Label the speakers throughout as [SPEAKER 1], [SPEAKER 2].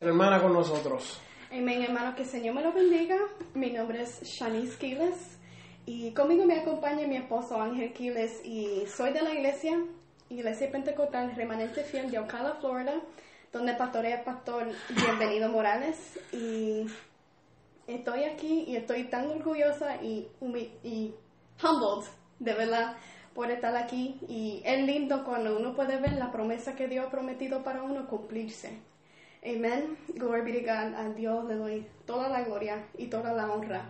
[SPEAKER 1] hermana con nosotros.
[SPEAKER 2] Amén, hermanos, que el Señor me lo bendiga. Mi nombre es Shanice Quiles y conmigo me acompaña mi esposo Ángel Quiles y soy de la iglesia, Iglesia Pentecostal Remanente Fiel de Ocala, Florida, donde pastorea el pastor Bienvenido Morales y estoy aquí y estoy tan orgullosa y, humi- y humbled, de verdad, por estar aquí y es lindo cuando uno puede ver la promesa que Dios ha prometido para uno cumplirse. Amén. Gloria be to God. A Dios le doy toda la gloria y toda la honra.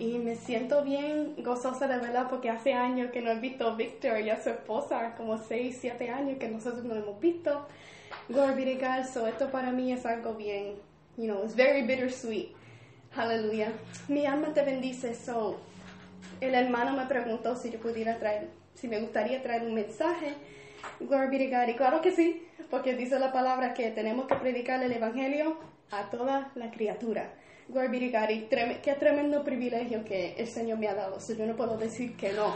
[SPEAKER 2] Y me siento bien gozosa de verdad porque hace años que no he visto a Victor y a su esposa, como 6, 7 años que nosotros no hemos visto. Gloria be to God. So esto para mí es algo bien, you know, it's very bittersweet. Aleluya. Mi alma te bendice. So el hermano me preguntó si yo pudiera traer, si me gustaría traer un mensaje. Gloria be to God. Y claro que sí, porque dice la palabra que tenemos que predicar el Evangelio a toda la criatura. Gloria be to God. Y trem- qué tremendo privilegio que el Señor me ha dado. So, yo no puedo decir que no.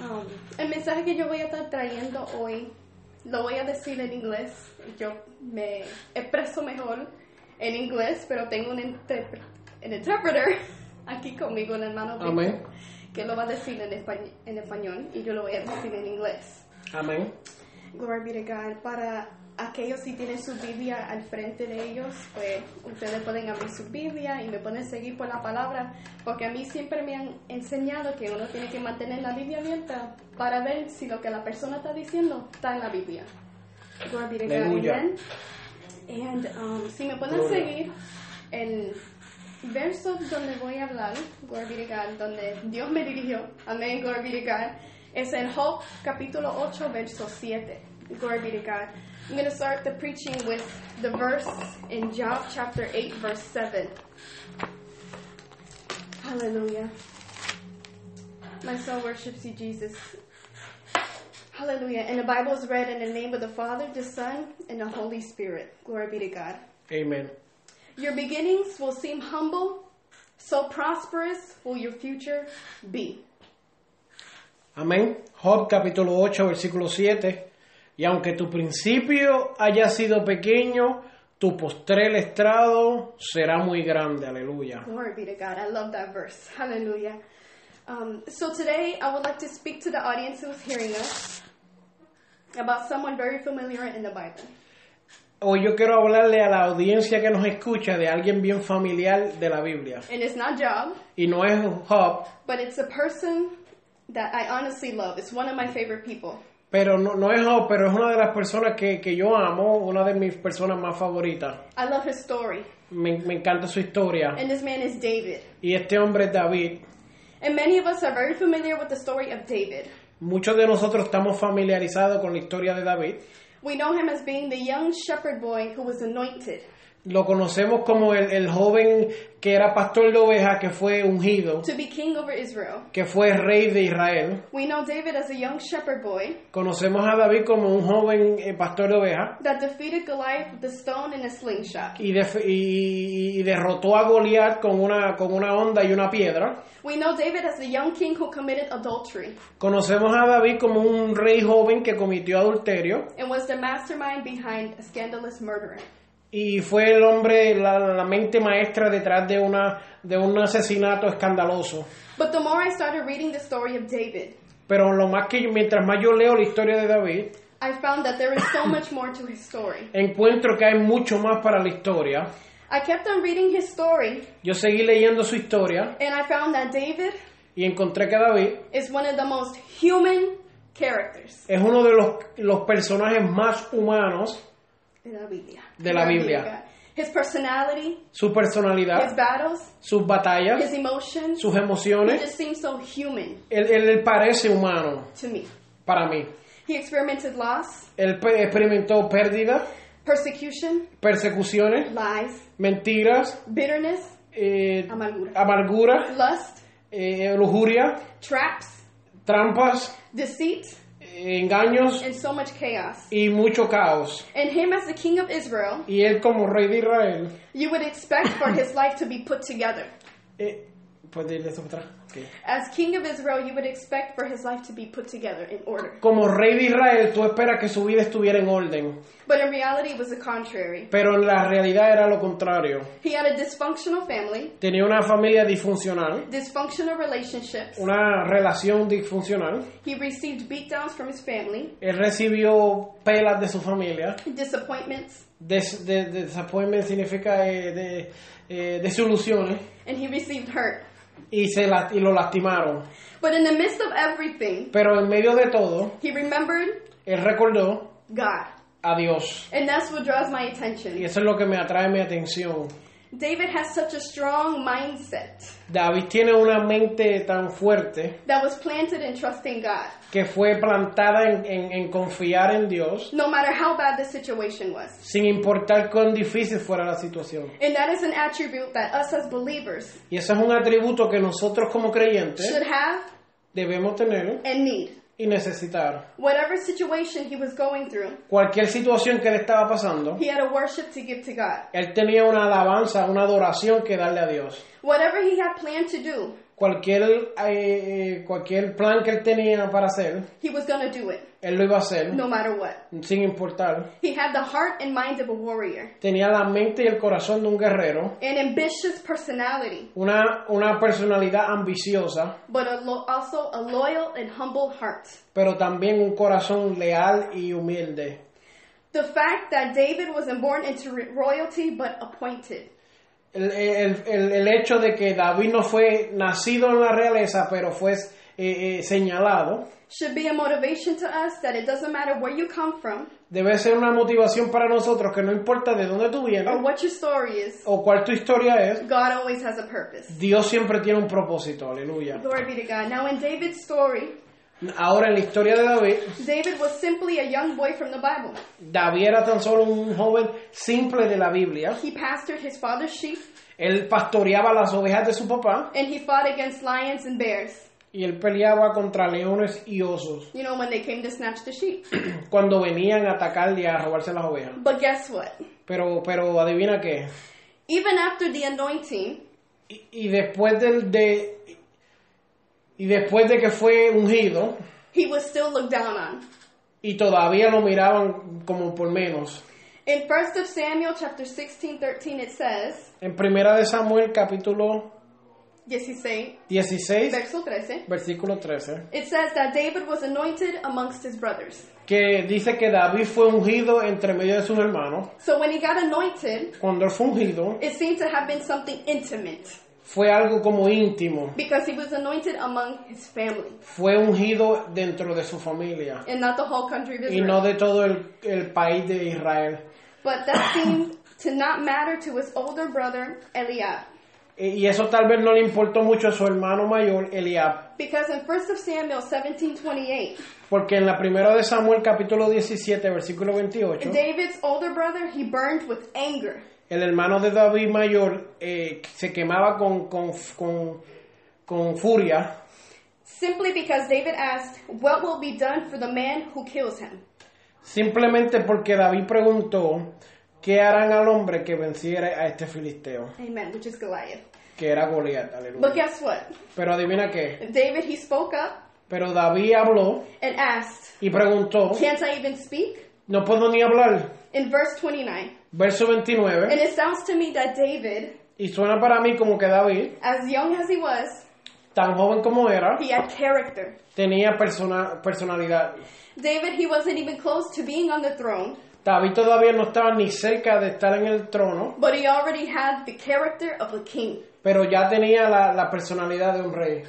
[SPEAKER 2] Um, el mensaje que yo voy a estar trayendo hoy lo voy a decir en inglés. Yo me expreso mejor en inglés, pero tengo un, intérpre- un interpreter aquí conmigo, un hermano. Víctor,
[SPEAKER 1] Amén.
[SPEAKER 2] Que lo va a decir en, espa- en español y yo lo voy a decir en inglés.
[SPEAKER 1] Amén.
[SPEAKER 2] Gloria be to God. Para aquellos si tienen su Biblia al frente de ellos, pues ustedes pueden abrir su Biblia y me pueden seguir por la palabra, porque a mí siempre me han enseñado que uno tiene que mantener la Biblia abierta para ver si lo que la persona está diciendo está en la Biblia. Gloria be to God.
[SPEAKER 1] Aleluya.
[SPEAKER 2] Amen. And, um, si me pueden
[SPEAKER 1] Gloria.
[SPEAKER 2] seguir el verso donde voy a hablar, Gloria be to God, donde Dios me dirigió, amén, Gloria be to God, es en Job capítulo 8, verso 7. Glory be to God. I'm going to start the preaching with the verse in Job chapter 8, verse 7. Hallelujah. My soul worships you, Jesus. Hallelujah. And the Bible is read in the name of the Father, the Son, and the Holy Spirit. Glory be to God.
[SPEAKER 1] Amén.
[SPEAKER 2] Your beginnings will seem humble, so prosperous will your future be.
[SPEAKER 1] Amén. Job capítulo 8, versículo 7. Y aunque tu principio haya sido pequeño, tu postrer estrado será muy grande. Aleluya.
[SPEAKER 2] Glory be to God. I love that verse. Hallelujah. Um, so today I would like to speak to the audience who's hearing us about someone very familiar in the Bible.
[SPEAKER 1] Hoy yo quiero hablarle a la audiencia que nos escucha de alguien bien familiar de la Biblia.
[SPEAKER 2] And it's not Job,
[SPEAKER 1] Y no es Job,
[SPEAKER 2] but it's a person that I honestly love. It's one of my favorite people.
[SPEAKER 1] pero no, no es Job, pero es una de las personas que, que yo amo, una de mis personas más favoritas.
[SPEAKER 2] I love his story.
[SPEAKER 1] Me, me encanta su historia.
[SPEAKER 2] And this man is David.
[SPEAKER 1] Y este hombre es David.
[SPEAKER 2] And many of us are very familiar with the story of David.
[SPEAKER 1] Muchos de nosotros estamos familiarizados con la historia de David.
[SPEAKER 2] We know him as being the young shepherd boy who was anointed.
[SPEAKER 1] Lo conocemos como el, el joven que era pastor de ovejas, que fue ungido,
[SPEAKER 2] to be king over Israel.
[SPEAKER 1] que fue rey de Israel.
[SPEAKER 2] We know David as a young shepherd boy
[SPEAKER 1] Conocemos a David como un joven eh, pastor de ovejas
[SPEAKER 2] that defeated Goliath with a stone and a slingshot.
[SPEAKER 1] y, def- y- y derrotó a Goliat con una, con una onda y una piedra.
[SPEAKER 2] We know David as the young king who committed adultery
[SPEAKER 1] Conocemos a David como un rey joven que cometió adulterio
[SPEAKER 2] and was the mastermind behind a scandalous murder.
[SPEAKER 1] y fue el hombre, la, la mente maestra detrás de, una, de un asesinato escandaloso.
[SPEAKER 2] But the more I started reading the story of David,
[SPEAKER 1] Pero lo más que mientras más yo leo la historia de David,
[SPEAKER 2] I found that there is so much more to his story.
[SPEAKER 1] encuentro que hay mucho más para la historia.
[SPEAKER 2] I kept on reading his story
[SPEAKER 1] Yo seguí leyendo su historia
[SPEAKER 2] and I found that David
[SPEAKER 1] y encontré que David
[SPEAKER 2] is one of the most human characters
[SPEAKER 1] es uno de los, los personajes más humanos.
[SPEAKER 2] in la Biblia.
[SPEAKER 1] De la Biblia.
[SPEAKER 2] His personality,
[SPEAKER 1] Su
[SPEAKER 2] his
[SPEAKER 1] personalidad,
[SPEAKER 2] battles,
[SPEAKER 1] sus
[SPEAKER 2] his
[SPEAKER 1] batallas,
[SPEAKER 2] emotions,
[SPEAKER 1] sus
[SPEAKER 2] He
[SPEAKER 1] emociones.
[SPEAKER 2] just seems so human
[SPEAKER 1] Él, él- él parece humano
[SPEAKER 2] to me.
[SPEAKER 1] para mí.
[SPEAKER 2] He experimented loss,
[SPEAKER 1] Él pe- experimentó pérdida,
[SPEAKER 2] persecution,
[SPEAKER 1] persecuciones,
[SPEAKER 2] lies,
[SPEAKER 1] mentiras,
[SPEAKER 2] bitterness,
[SPEAKER 1] eh,
[SPEAKER 2] amargura,
[SPEAKER 1] amargura,
[SPEAKER 2] lust,
[SPEAKER 1] eh, lujuria,
[SPEAKER 2] traps,
[SPEAKER 1] trampas,
[SPEAKER 2] deceit,
[SPEAKER 1] eh, engaños
[SPEAKER 2] and so much chaos.
[SPEAKER 1] y mucho caos.
[SPEAKER 2] And him as the king of Israel,
[SPEAKER 1] Y él como rey de Israel,
[SPEAKER 2] you would expect for his life to be put together.
[SPEAKER 1] eh, ¿puedes decirle eso para atrás? Ok.
[SPEAKER 2] As king of Israel, you would expect for his life to be put together in order.
[SPEAKER 1] Como rey de Israel, tú esperas que su vida estuviera en orden,
[SPEAKER 2] But in reality, it was the contrary.
[SPEAKER 1] pero en la realidad era lo contrario.
[SPEAKER 2] He had a dysfunctional family,
[SPEAKER 1] Tenía una familia disfuncional,
[SPEAKER 2] dysfunctional relationships.
[SPEAKER 1] una relación disfuncional.
[SPEAKER 2] He received beatdowns from his family,
[SPEAKER 1] Él recibió pelas de su familia.
[SPEAKER 2] disappointments,
[SPEAKER 1] Des, de, de- disappointment significa eh, de, eh, desilusiones.
[SPEAKER 2] and he received hurt.
[SPEAKER 1] Y, se la- y lo lastimaron.
[SPEAKER 2] But in the midst of everything,
[SPEAKER 1] Pero en medio de todo,
[SPEAKER 2] he remembered
[SPEAKER 1] él recordó
[SPEAKER 2] God.
[SPEAKER 1] a Dios.
[SPEAKER 2] And that's what draws my
[SPEAKER 1] Y
[SPEAKER 2] attention.
[SPEAKER 1] eso es lo que me atrae mi atención.
[SPEAKER 2] David has such a strong mindset
[SPEAKER 1] David tiene una mente tan fuerte
[SPEAKER 2] that was planted in trusting God,
[SPEAKER 1] que fue plantada en, en- en confiar en Dios,
[SPEAKER 2] no matter how bad the situation was.
[SPEAKER 1] sin importar cuán difícil fuera la situación.
[SPEAKER 2] And that is an attribute that us as believers
[SPEAKER 1] Y eso es un atributo que nosotros como creyentes
[SPEAKER 2] should have
[SPEAKER 1] debemos tener
[SPEAKER 2] and need.
[SPEAKER 1] y necesitar.
[SPEAKER 2] Whatever situation he was going through,
[SPEAKER 1] Cualquier situación que le estaba pasando,
[SPEAKER 2] he had a worship to give to God.
[SPEAKER 1] él tenía una alabanza, una adoración que darle a Dios.
[SPEAKER 2] Whatever he had planned to do,
[SPEAKER 1] Cualquier, eh, eh, cualquier plan que él tenía para hacer,
[SPEAKER 2] he was going to do it,
[SPEAKER 1] Él lo iba a hacer,
[SPEAKER 2] no matter what.
[SPEAKER 1] sin importar.
[SPEAKER 2] He had the heart and mind of a warrior,
[SPEAKER 1] Tenía la mente y el corazón de un guerrero,
[SPEAKER 2] an ambitious personality,
[SPEAKER 1] una, una personalidad ambiciosa,
[SPEAKER 2] but a lo- also a loyal and humble heart.
[SPEAKER 1] pero también un corazón leal y humilde.
[SPEAKER 2] The fact that David wasn't born into re- royalty but appointed.
[SPEAKER 1] El, el- el- el hecho de que David no fue nacido en la realeza, pero fue eh, eh, señalado,
[SPEAKER 2] Should be a motivation to us that it doesn't matter where you come from
[SPEAKER 1] debe ser una motivación para nosotros que no importa de dónde tú vienes
[SPEAKER 2] or what your story is,
[SPEAKER 1] o cuál tu historia es,
[SPEAKER 2] God always has a purpose.
[SPEAKER 1] Dios siempre tiene un propósito, aleluya.
[SPEAKER 2] Glory be to God. Now, in David's story,
[SPEAKER 1] Ahora en la historia de David,
[SPEAKER 2] David was simply a young boy from the Bible.
[SPEAKER 1] David era tan solo un joven simple de la Biblia.
[SPEAKER 2] He pastored his father's sheep
[SPEAKER 1] Él pastoreaba las ovejas de su papá
[SPEAKER 2] and he fought against lions and bears,
[SPEAKER 1] y él peleaba contra leones y osos
[SPEAKER 2] you know, when they came to snatch the sheep.
[SPEAKER 1] cuando venían a atacarle y a robarse las ovejas.
[SPEAKER 2] But guess what?
[SPEAKER 1] Pero, pero adivina qué.
[SPEAKER 2] Even after the anointing,
[SPEAKER 1] Y, y después del de y después de que fue ungido
[SPEAKER 2] he was still looked down on.
[SPEAKER 1] y todavía lo miraban como por menos.
[SPEAKER 2] In 1 Samuel chapter 16, 13, it says,
[SPEAKER 1] En primera de Samuel capítulo
[SPEAKER 2] 16,
[SPEAKER 1] 16
[SPEAKER 2] verso 13,
[SPEAKER 1] versículo 13
[SPEAKER 2] it says that David was anointed amongst his brothers.
[SPEAKER 1] que dice que David fue ungido entre medio de sus hermanos.
[SPEAKER 2] So when he got anointed,
[SPEAKER 1] Cuando él fue ungido
[SPEAKER 2] it seemed to have been something intimate
[SPEAKER 1] fue algo como íntimo.
[SPEAKER 2] because he was anointed among his family
[SPEAKER 1] fue ungido dentro de su familia
[SPEAKER 2] and not the whole country of
[SPEAKER 1] y
[SPEAKER 2] Israel.
[SPEAKER 1] no de todo el, el país de Israel.
[SPEAKER 2] But that seemed to not matter to his older brother Eliab,
[SPEAKER 1] E- Y eso tal vez no le importó mucho a su hermano mayor, Eliab,
[SPEAKER 2] because in 1 Samuel 17:28,
[SPEAKER 1] porque en la primera de Samuel capítulo 17, versículo 28,
[SPEAKER 2] David's older brother he burned with anger
[SPEAKER 1] el hermano de David mayor eh, se quemaba con, con, con, con furia
[SPEAKER 2] simply because David asked, "What will be done for the man who kills him?"
[SPEAKER 1] simplemente porque David preguntó qué harán al hombre que venciere a este filisteo,
[SPEAKER 2] Amen, which is Goliath.
[SPEAKER 1] que era Goliat,
[SPEAKER 2] But
[SPEAKER 1] aleluya.
[SPEAKER 2] guess what?
[SPEAKER 1] Pero adivina qué,
[SPEAKER 2] David he spoke up
[SPEAKER 1] pero David habló
[SPEAKER 2] and asked,
[SPEAKER 1] y preguntó,
[SPEAKER 2] "Can't I even speak?"
[SPEAKER 1] no puedo ni hablar.
[SPEAKER 2] In verse 29.
[SPEAKER 1] Verso
[SPEAKER 2] And
[SPEAKER 1] 29,
[SPEAKER 2] it sounds to me that David,
[SPEAKER 1] y suena para mí como que David,
[SPEAKER 2] as young as he was,
[SPEAKER 1] tan joven como era,
[SPEAKER 2] he had character.
[SPEAKER 1] tenía persona, personalidad.
[SPEAKER 2] David, he wasn't even close to being on the throne,
[SPEAKER 1] David todavía no estaba ni cerca de estar en el trono,
[SPEAKER 2] but he already had the character of a king.
[SPEAKER 1] pero ya tenía la, la personalidad de un rey.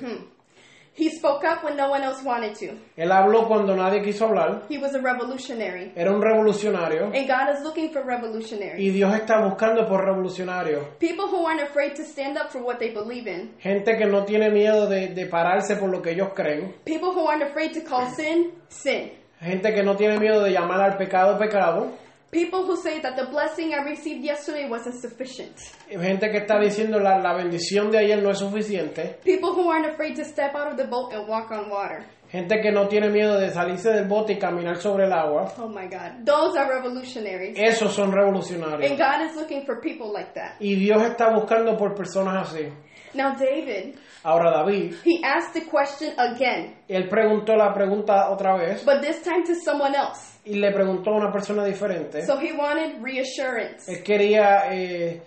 [SPEAKER 2] He spoke up when no one else wanted to.
[SPEAKER 1] Él habló cuando nadie quiso hablar,
[SPEAKER 2] He was a revolutionary.
[SPEAKER 1] era un revolucionario,
[SPEAKER 2] And God is looking for revolutionaries.
[SPEAKER 1] y Dios está buscando por revolucionarios.
[SPEAKER 2] People who aren't afraid to stand up for what they believe in.
[SPEAKER 1] Gente que no tiene miedo de, de pararse por lo que ellos creen.
[SPEAKER 2] People who aren't afraid to call sin, sin.
[SPEAKER 1] Gente que no tiene miedo de llamar al pecado pecado.
[SPEAKER 2] People who say that the blessing I received yesterday wasn't sufficient.
[SPEAKER 1] Gente que está diciendo la, la bendición de ayer no es suficiente.
[SPEAKER 2] People who aren't afraid to step out of the boat and walk on water.
[SPEAKER 1] Gente que no tiene miedo de salirse del bote y caminar sobre el agua.
[SPEAKER 2] Oh my God. Those are revolutionaries.
[SPEAKER 1] Esos son
[SPEAKER 2] And
[SPEAKER 1] revolucionarios.
[SPEAKER 2] God is looking for people like that.
[SPEAKER 1] Y Dios está buscando por personas así.
[SPEAKER 2] Now, David,
[SPEAKER 1] Ahora David,
[SPEAKER 2] he asked the question again,
[SPEAKER 1] él preguntó la pregunta otra vez
[SPEAKER 2] but this time to someone else.
[SPEAKER 1] y le preguntó a una persona diferente.
[SPEAKER 2] So he wanted reassurance.
[SPEAKER 1] Él quería eh,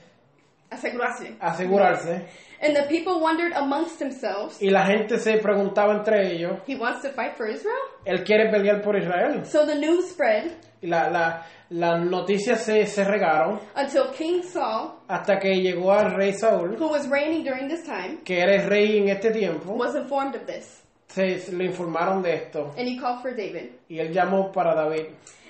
[SPEAKER 2] Asegurarse.
[SPEAKER 1] asegurarse
[SPEAKER 2] And the people wondered amongst themselves,
[SPEAKER 1] y la gente se preguntaba entre ellos,
[SPEAKER 2] he wants to fight for Israel?
[SPEAKER 1] él quiere pelear por Israel.
[SPEAKER 2] So the news spread
[SPEAKER 1] Y la- la- las noticias se, se regaron
[SPEAKER 2] until King Saul,
[SPEAKER 1] hasta que llegó al rey Saúl,
[SPEAKER 2] who was reigning during this time,
[SPEAKER 1] que era el rey en este tiempo,
[SPEAKER 2] was informed of this.
[SPEAKER 1] se, se le informaron de esto
[SPEAKER 2] And he called for David.
[SPEAKER 1] y él llamó para David.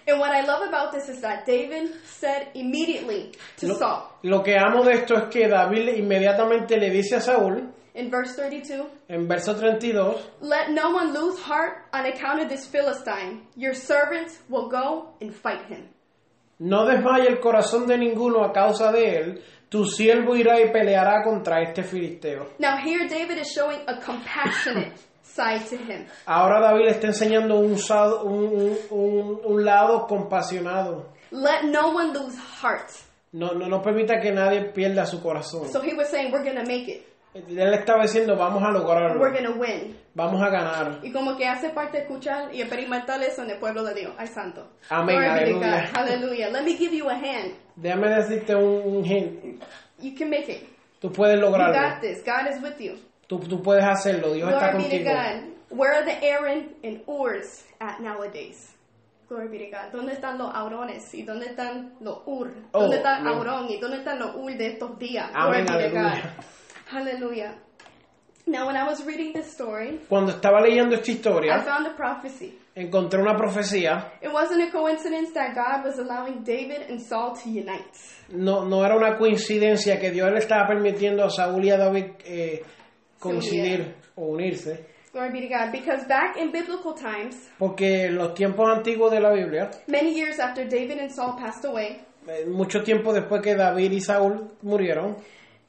[SPEAKER 2] And what I love about this is that David said immediately to
[SPEAKER 1] Lo,
[SPEAKER 2] Saul
[SPEAKER 1] lo que amo de esto es que David inmediatamente le dice a Saúl,
[SPEAKER 2] in verse 32
[SPEAKER 1] en verso 32,
[SPEAKER 2] Let no one lose heart on account of this Philistine. Your servants will go and fight him.
[SPEAKER 1] no desmaye el corazón de ninguno a causa de él, tu siervo irá y peleará contra este filisteo.
[SPEAKER 2] Now, here David is showing a compassionate side to him.
[SPEAKER 1] Ahora David le está enseñando un, usado- un- un- un lado compasionado.
[SPEAKER 2] Let no one lose heart.
[SPEAKER 1] No, no, no permita que nadie pierda su corazón.
[SPEAKER 2] So he was saying, We're going to make it.
[SPEAKER 1] Él estaba diciendo, vamos a lograrlo,
[SPEAKER 2] We're going to win.
[SPEAKER 1] vamos a ganar.
[SPEAKER 2] Y como que hace parte escuchar y experimentar eso en el pueblo de Dios. Ay, santo.
[SPEAKER 1] Amén,
[SPEAKER 2] Glory be to
[SPEAKER 1] aleluya.
[SPEAKER 2] God. Hallelujah. Let me give you a hand.
[SPEAKER 1] Déjame decirte un, un hint.
[SPEAKER 2] You can make it.
[SPEAKER 1] Tú puedes
[SPEAKER 2] You got
[SPEAKER 1] lograrlo.
[SPEAKER 2] this. God is with you.
[SPEAKER 1] Tú, tú puedes hacerlo. Dios está
[SPEAKER 2] Glory be to
[SPEAKER 1] contigo.
[SPEAKER 2] God. Where are the Aaron and Urs at nowadays? Glory be to God. ¿Dónde están los Aurones y dónde están los Ur?
[SPEAKER 1] Oh,
[SPEAKER 2] ¿Dónde están
[SPEAKER 1] amén.
[SPEAKER 2] Aurón y dónde están los Ur de estos días?
[SPEAKER 1] Amén,
[SPEAKER 2] Glory be to God.
[SPEAKER 1] aleluya.
[SPEAKER 2] Hallelujah. Now, when I was reading this story,
[SPEAKER 1] Cuando estaba leyendo esta
[SPEAKER 2] I
[SPEAKER 1] historia,
[SPEAKER 2] found a prophecy.
[SPEAKER 1] encontré una profecía.
[SPEAKER 2] It wasn't a coincidence that God was allowing David and Saul to unite.
[SPEAKER 1] No, no era una coincidencia que Dios le estaba permitiendo a Saúl y a David eh, coincidir o unirse.
[SPEAKER 2] Glory be to God. Because back in biblical times,
[SPEAKER 1] Porque en los tiempos antiguos de la Biblia,
[SPEAKER 2] many years after David and Saul passed away,
[SPEAKER 1] eh, mucho tiempo después que David y Saúl murieron,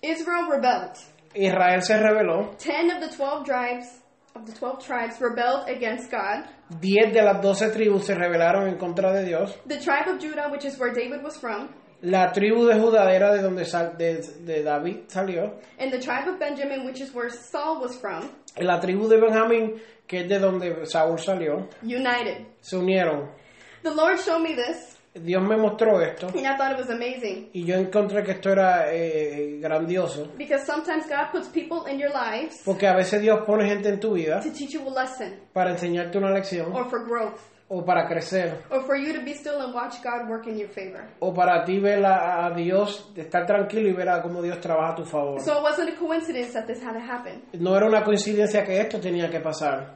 [SPEAKER 2] Israel rebelled.
[SPEAKER 1] Israel se rebeló.
[SPEAKER 2] Ten of the twelve tribes of the twelve tribes rebelled against God.
[SPEAKER 1] Diez de las doce tribus se rebelaron en contra de Dios.
[SPEAKER 2] The tribe of Judah, which is where David was from,
[SPEAKER 1] La tribu de Judá era de donde sal- de, de David salió.
[SPEAKER 2] and the tribe of Benjamin, which is where Saul was from,
[SPEAKER 1] Y La tribu de Benjamín, que es de donde Saúl salió,
[SPEAKER 2] united.
[SPEAKER 1] se unieron.
[SPEAKER 2] The Lord showed me this,
[SPEAKER 1] Dios me mostró esto
[SPEAKER 2] and I thought it was amazing
[SPEAKER 1] y yo encontré que esto era eh, grandioso.
[SPEAKER 2] because sometimes God puts people in your lives
[SPEAKER 1] Porque a veces Dios pone gente en tu vida
[SPEAKER 2] to teach you a lesson,
[SPEAKER 1] para enseñarte una lección
[SPEAKER 2] or for growth,
[SPEAKER 1] o para crecer
[SPEAKER 2] or for you to be still and watch God work in your favor.
[SPEAKER 1] o para ti ver a, a Dios, estar tranquilo y ver a cómo Dios trabaja a tu favor.
[SPEAKER 2] So it wasn't a coincidence that this had to happen.
[SPEAKER 1] No era una coincidencia que esto tenía que pasar.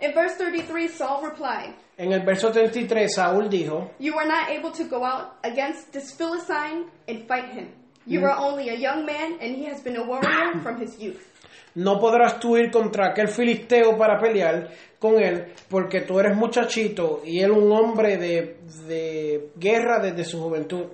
[SPEAKER 2] In verse 33, Saul replied,
[SPEAKER 1] En el verso 33 Saúl dijo,
[SPEAKER 2] You were not able to go out against this Philistine and fight him. You are only a young man, and he has been a warrior from his youth.
[SPEAKER 1] no podrás tú ir contra aquel filisteo para pelear con él, porque tú eres muchachito y él un hombre de, de guerra desde su juventud.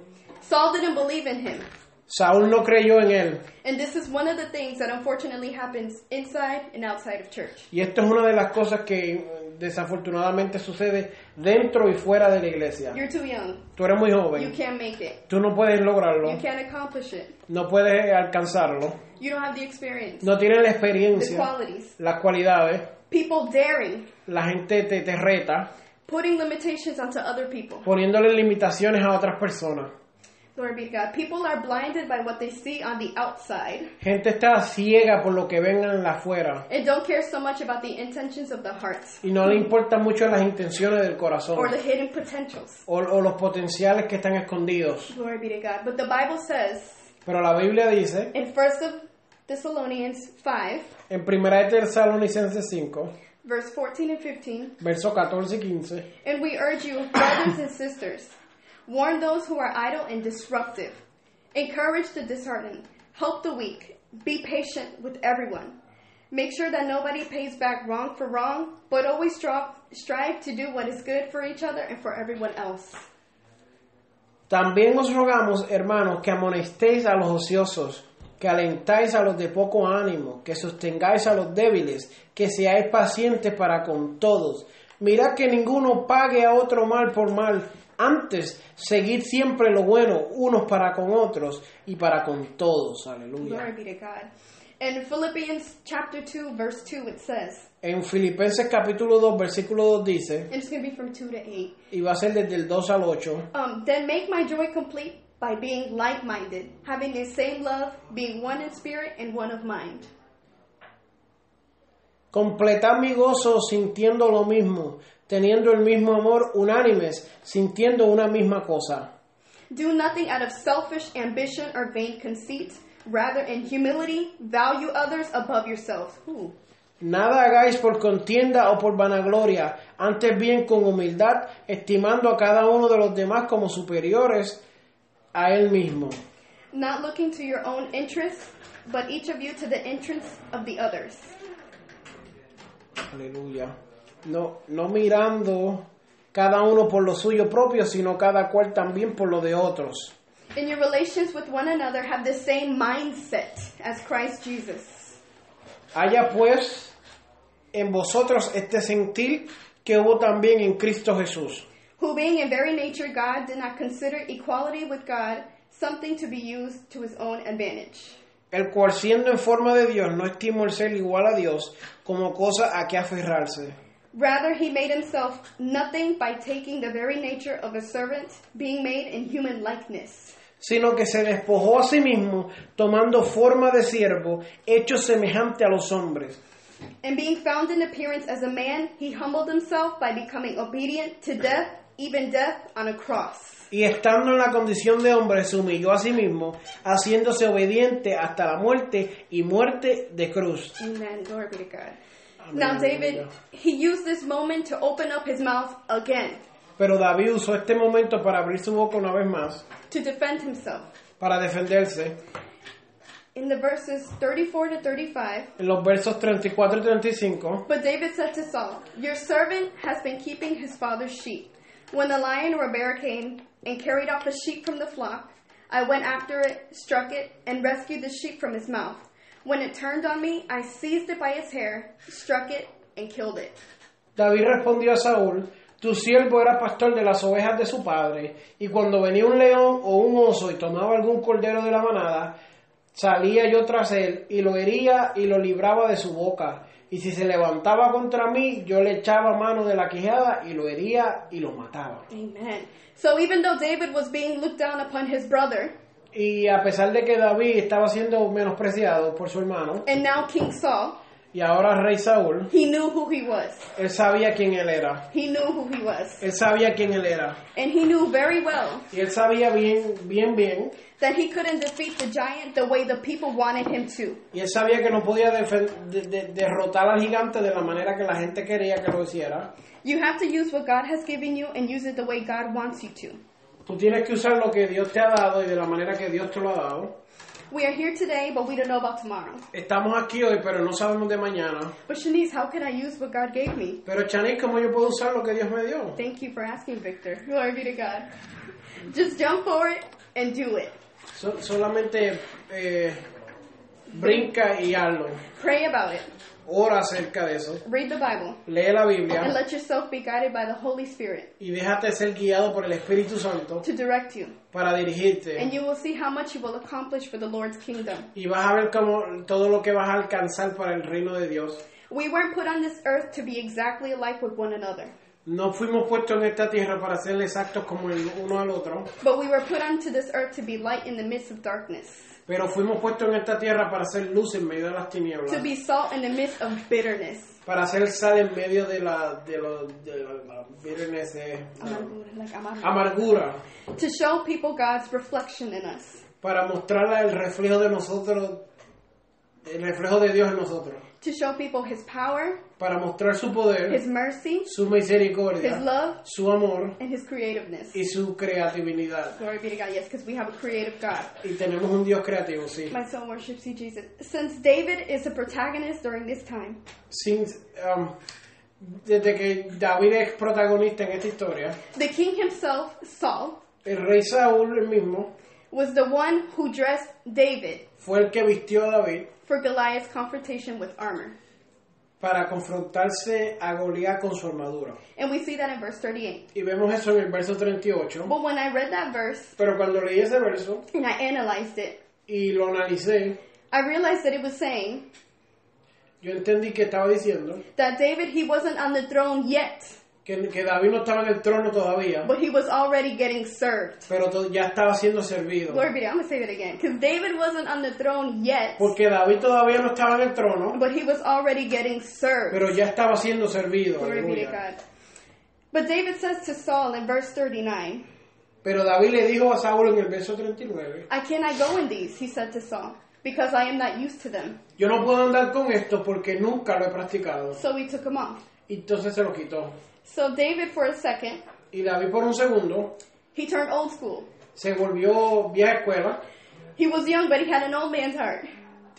[SPEAKER 2] Saul didn't believe in him.
[SPEAKER 1] Saúl no creyó en él.
[SPEAKER 2] And this is one of the things that unfortunately happens inside and outside of church.
[SPEAKER 1] Y esto es una de las cosas que eh, desafortunadamente sucede dentro y fuera de la iglesia.
[SPEAKER 2] You're too young.
[SPEAKER 1] Tú eres muy
[SPEAKER 2] You
[SPEAKER 1] joven,
[SPEAKER 2] can't make it.
[SPEAKER 1] tú no puedes lograrlo,
[SPEAKER 2] You can't accomplish it.
[SPEAKER 1] no puedes alcanzarlo,
[SPEAKER 2] You don't have the experience,
[SPEAKER 1] no tienes la
[SPEAKER 2] the
[SPEAKER 1] experiencia,
[SPEAKER 2] qualities.
[SPEAKER 1] las cualidades,
[SPEAKER 2] People daring,
[SPEAKER 1] la gente te, te reta
[SPEAKER 2] putting limitations onto other people.
[SPEAKER 1] poniéndole limitaciones a otras personas.
[SPEAKER 2] Glory be to God. People are blinded by what they see on the outside
[SPEAKER 1] Gente está ciega por lo que vengan de afuera
[SPEAKER 2] and don't care so much about the intentions of the hearts.
[SPEAKER 1] y no le importan mucho las intenciones del
[SPEAKER 2] or
[SPEAKER 1] corazón
[SPEAKER 2] the hidden potentials.
[SPEAKER 1] o, o los potenciales que están escondidos.
[SPEAKER 2] Glory be to God. But the Bible says
[SPEAKER 1] Pero la Biblia dice
[SPEAKER 2] in 1 of Thessalonians 5,
[SPEAKER 1] en 1 de Tesalonicenses 5,
[SPEAKER 2] verse 14 and 15,
[SPEAKER 1] versos 14 y 15,
[SPEAKER 2] and we urge you, brothers and sisters, warn those who are idle and disruptive, encourage the disheartened, help the weak, be patient with everyone. Make sure that nobody pays back wrong for wrong, but always stri- strive to do what is good for each other and for everyone else.
[SPEAKER 1] También os rogamos, hermanos, que amonestéis a los ociosos, que alentáis a los de poco ánimo, que sostengáis a los débiles, que seáis pacientes para con todos. Mirad que ninguno pague a otro mal por mal. Antes, seguid siempre lo bueno, unos para con otros y para con todos.
[SPEAKER 2] Glory
[SPEAKER 1] Aleluya.
[SPEAKER 2] be to God. In Philippians chapter 2, verse 2, it says,
[SPEAKER 1] En Filipenses capítulo 2, versículo 2 dice,
[SPEAKER 2] and it's going to be from 2 to 8.
[SPEAKER 1] y va a ser desde el 2 al 8,
[SPEAKER 2] Um, then make my joy complete by being like minded, having the same love, being one in spirit and one of mind.
[SPEAKER 1] Completad mi gozo sintiendo lo mismo, teniendo el mismo amor, unánimes, sintiendo una misma cosa.
[SPEAKER 2] Do nothing out of selfish ambition or vain conceit. Rather, in humility, value others above yourselves. Ooh.
[SPEAKER 1] Nada hagáis por contienda o por vanagloria, antes bien con humildad, estimando a cada uno de los demás como superiores a él mismo,
[SPEAKER 2] Not looking to your own interests, but each of you to the interests of the others.
[SPEAKER 1] aleluya. No, no mirando cada uno por lo suyo propio, sino cada cual también por lo de otros.
[SPEAKER 2] In your relations with one another, have the same mindset as Christ Jesus.
[SPEAKER 1] Haya pues en vosotros este sentir que hubo también en Cristo Jesús.
[SPEAKER 2] who being in very nature God did not consider equality with God something to be used to his own advantage.
[SPEAKER 1] el cual siendo en forma de Dios no estimó el ser igual a Dios como cosa a que aferrarse,
[SPEAKER 2] Rather, he made himself nothing by taking the very nature of a servant, being made in human likeness.
[SPEAKER 1] sino que se despojó a sí mismo tomando forma de siervo, hecho semejante a los hombres,
[SPEAKER 2] And being found in appearance as a man, he humbled himself by becoming obedient to death, even death on a cross.
[SPEAKER 1] y estando en la condición de hombre se humilló a sí mismo, haciéndose obediente hasta la muerte y muerte de cruz.
[SPEAKER 2] Amen. Glory be to God. Now,
[SPEAKER 1] Amen.
[SPEAKER 2] David, he used this moment to open up his mouth again
[SPEAKER 1] Pero David usó este momento para abrir su boca una vez más,
[SPEAKER 2] to defend himself.
[SPEAKER 1] para defenderse.
[SPEAKER 2] In the verses 34 to 35,
[SPEAKER 1] En los versos 34 y 35,
[SPEAKER 2] But David said to Saul, Your servant has been keeping his father's sheep. When the lion or bear came and carried off the sheep from the flock, I went after it, struck it, and rescued the sheep from his mouth. When it turned on me, I seized it by its hair, struck it, and killed it.
[SPEAKER 1] David respondió a Saúl, tu siervo era pastor de las ovejas de su padre, y cuando venía un león o un oso y tomaba algún cordero de la manada, salía yo tras él y lo hería y lo libraba de su boca. Y si se levantaba contra mí, yo le echaba mano de la quijada y lo hería y lo mataba.
[SPEAKER 2] Amen. So even though David was being looked down upon his brother,
[SPEAKER 1] Y a pesar de que David estaba siendo menospreciado por su hermano,
[SPEAKER 2] and now King Saul,
[SPEAKER 1] y ahora rey Saúl,
[SPEAKER 2] he knew who he was.
[SPEAKER 1] él sabía quién él era.
[SPEAKER 2] He knew who he was.
[SPEAKER 1] Él sabía quién él era.
[SPEAKER 2] And he knew very well
[SPEAKER 1] Y él sabía bien, bien, bien
[SPEAKER 2] that he couldn't defeat the giant the way the people wanted him to.
[SPEAKER 1] Y él sabía que no podía defen- de- de- derrotar al gigante de la manera que la gente quería que lo hiciera.
[SPEAKER 2] You have to use what God has given you and use it the way God wants you to.
[SPEAKER 1] Tú tienes que usar lo que Dios te ha dado y de la manera que Dios te lo ha dado.
[SPEAKER 2] We are here today, but we don't know about tomorrow.
[SPEAKER 1] Estamos aquí hoy, pero no sabemos de mañana.
[SPEAKER 2] But Shanice, how can I use what God gave me?
[SPEAKER 1] Pero Chanis, ¿cómo yo puedo usar lo que Dios me dio?
[SPEAKER 2] Thank you for asking, Victor. Glory be to God. Just jump for it and do it.
[SPEAKER 1] So- solamente eh, brinca y hazlo.
[SPEAKER 2] Pray about it.
[SPEAKER 1] Ora acerca de eso.
[SPEAKER 2] Read the Bible.
[SPEAKER 1] Lee la
[SPEAKER 2] And
[SPEAKER 1] Biblia
[SPEAKER 2] let yourself be guided by the Holy Spirit
[SPEAKER 1] y déjate ser guiado por el Espíritu Santo
[SPEAKER 2] to direct you.
[SPEAKER 1] para
[SPEAKER 2] And
[SPEAKER 1] dirigirte.
[SPEAKER 2] you will see how much you will accomplish for the Lord's kingdom.
[SPEAKER 1] Y vas a ver cómo todo lo que vas a alcanzar para el reino de Dios.
[SPEAKER 2] We weren't put on this earth to be exactly alike with one another,
[SPEAKER 1] No fuimos puestos en esta tierra para ser exactos como el uno al otro,
[SPEAKER 2] but we were put onto this earth to be light in the midst of darkness.
[SPEAKER 1] pero fuimos puestos en esta tierra para ser luz en medio de las tinieblas,
[SPEAKER 2] to be salt in the midst of bitterness.
[SPEAKER 1] para ser sal en medio de la de los de la, la bitterness, eh,
[SPEAKER 2] Amargura, like amargura.
[SPEAKER 1] amargura,
[SPEAKER 2] To show people God's reflection in us.
[SPEAKER 1] para mostrar el reflejo de nosotros, el reflejo de Dios en nosotros,
[SPEAKER 2] To show people His power,
[SPEAKER 1] para mostrar su poder,
[SPEAKER 2] His mercy,
[SPEAKER 1] su
[SPEAKER 2] His
[SPEAKER 1] misericordia,
[SPEAKER 2] love,
[SPEAKER 1] su amor
[SPEAKER 2] and His creativeness.
[SPEAKER 1] y su creatividad.
[SPEAKER 2] Glory be to God, yes, because we have a creative God.
[SPEAKER 1] Y tenemos un Dios creativo, sí.
[SPEAKER 2] My soul worships you, Jesus. Since David is the protagonist during this time,
[SPEAKER 1] Since, um, desde que David es protagonista en esta historia.
[SPEAKER 2] the king himself, Saul,
[SPEAKER 1] el rey Saúl, el mismo,
[SPEAKER 2] was the one who dressed David
[SPEAKER 1] fue el que vistió a David
[SPEAKER 2] for Goliath's confrontation with armor.
[SPEAKER 1] para confrontarse a Goliat con su armadura.
[SPEAKER 2] And we see that in verse 38.
[SPEAKER 1] Y vemos eso en el verso 38.
[SPEAKER 2] But when I read that verse
[SPEAKER 1] Pero cuando leí ese verso
[SPEAKER 2] and I analyzed it,
[SPEAKER 1] y lo analicé,
[SPEAKER 2] I realized that it was saying
[SPEAKER 1] yo entendí que estaba diciendo
[SPEAKER 2] that David, he wasn't on the throne yet,
[SPEAKER 1] que, que David no estaba en el trono todavía,
[SPEAKER 2] but he was already getting served.
[SPEAKER 1] pero to- ya estaba siendo servido.
[SPEAKER 2] Glory be to- I'm going to say that again. Because David wasn't on the throne yet,
[SPEAKER 1] Porque David todavía no estaba en el trono,
[SPEAKER 2] but he was already getting served.
[SPEAKER 1] pero ya estaba siendo servido.
[SPEAKER 2] Glory be to
[SPEAKER 1] aleluya.
[SPEAKER 2] God. But David says to Saul in verse 39,
[SPEAKER 1] Pero David le dijo a Saúl en el verso 39,
[SPEAKER 2] I cannot go in these, he said to Saul, because I am not used to them.
[SPEAKER 1] yo no puedo andar con esto porque nunca lo he practicado.
[SPEAKER 2] So he took them off.
[SPEAKER 1] Y entonces se lo quitó.
[SPEAKER 2] So David, for a second,
[SPEAKER 1] Y David por un segundo
[SPEAKER 2] he turned old school.
[SPEAKER 1] se volvió vieja escuela,
[SPEAKER 2] He was young, but he had an old man's heart.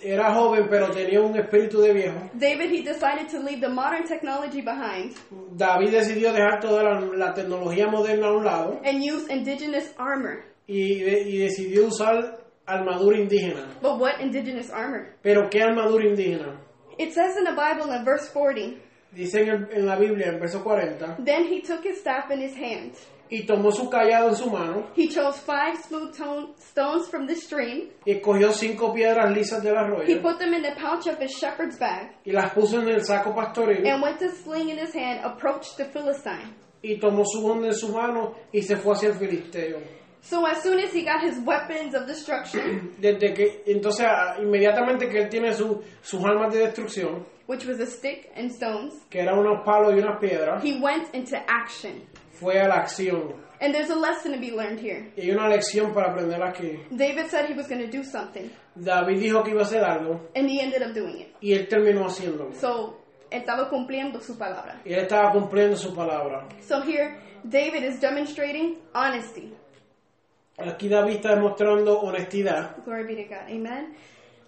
[SPEAKER 1] era joven pero tenía un espíritu de viejo.
[SPEAKER 2] David, he decided to leave the modern technology behind
[SPEAKER 1] David decidió dejar toda la, la tecnología moderna a un lado
[SPEAKER 2] and use indigenous armor.
[SPEAKER 1] y, de- y decidió usar armadura indígena.
[SPEAKER 2] But what indigenous armor?
[SPEAKER 1] ¿Pero qué armadura indígena?
[SPEAKER 2] It says in the Bible in verse 40,
[SPEAKER 1] Dice en, el- en la Biblia, en verso 40,
[SPEAKER 2] Then he took his staff in his hand.
[SPEAKER 1] y tomó su callado en su mano
[SPEAKER 2] He chose five smooth tone, stones from the stream.
[SPEAKER 1] y escogió cinco piedras lisas del
[SPEAKER 2] He
[SPEAKER 1] arroyo
[SPEAKER 2] put them in the pouch of his shepherd's bag
[SPEAKER 1] y las puso en el saco pastoril
[SPEAKER 2] and with the sling in his hand approached the Philistine.
[SPEAKER 1] y tomó su onda en su mano y se fue hacia el filisteo.
[SPEAKER 2] So as soon as he got his weapons of destruction,
[SPEAKER 1] Desde que, entonces, a- inmediatamente que él tiene su- sus armas de destrucción,
[SPEAKER 2] which was a stick and stones,
[SPEAKER 1] que eran unos palos y unas piedras,
[SPEAKER 2] he went into action.
[SPEAKER 1] fue a la acción.
[SPEAKER 2] And there's a lesson to be learned here.
[SPEAKER 1] Y hay una lección para aprender aquí.
[SPEAKER 2] David said he was going to do something,
[SPEAKER 1] David dijo que iba a hacer algo
[SPEAKER 2] and he ended up doing it.
[SPEAKER 1] y él terminó haciéndolo.
[SPEAKER 2] So estaba cumpliendo su palabra.
[SPEAKER 1] Y él estaba cumpliendo su palabra.
[SPEAKER 2] So here, David is demonstrating honesty.
[SPEAKER 1] Aquí David está demostrando honestidad.
[SPEAKER 2] Glory be to God. Amen.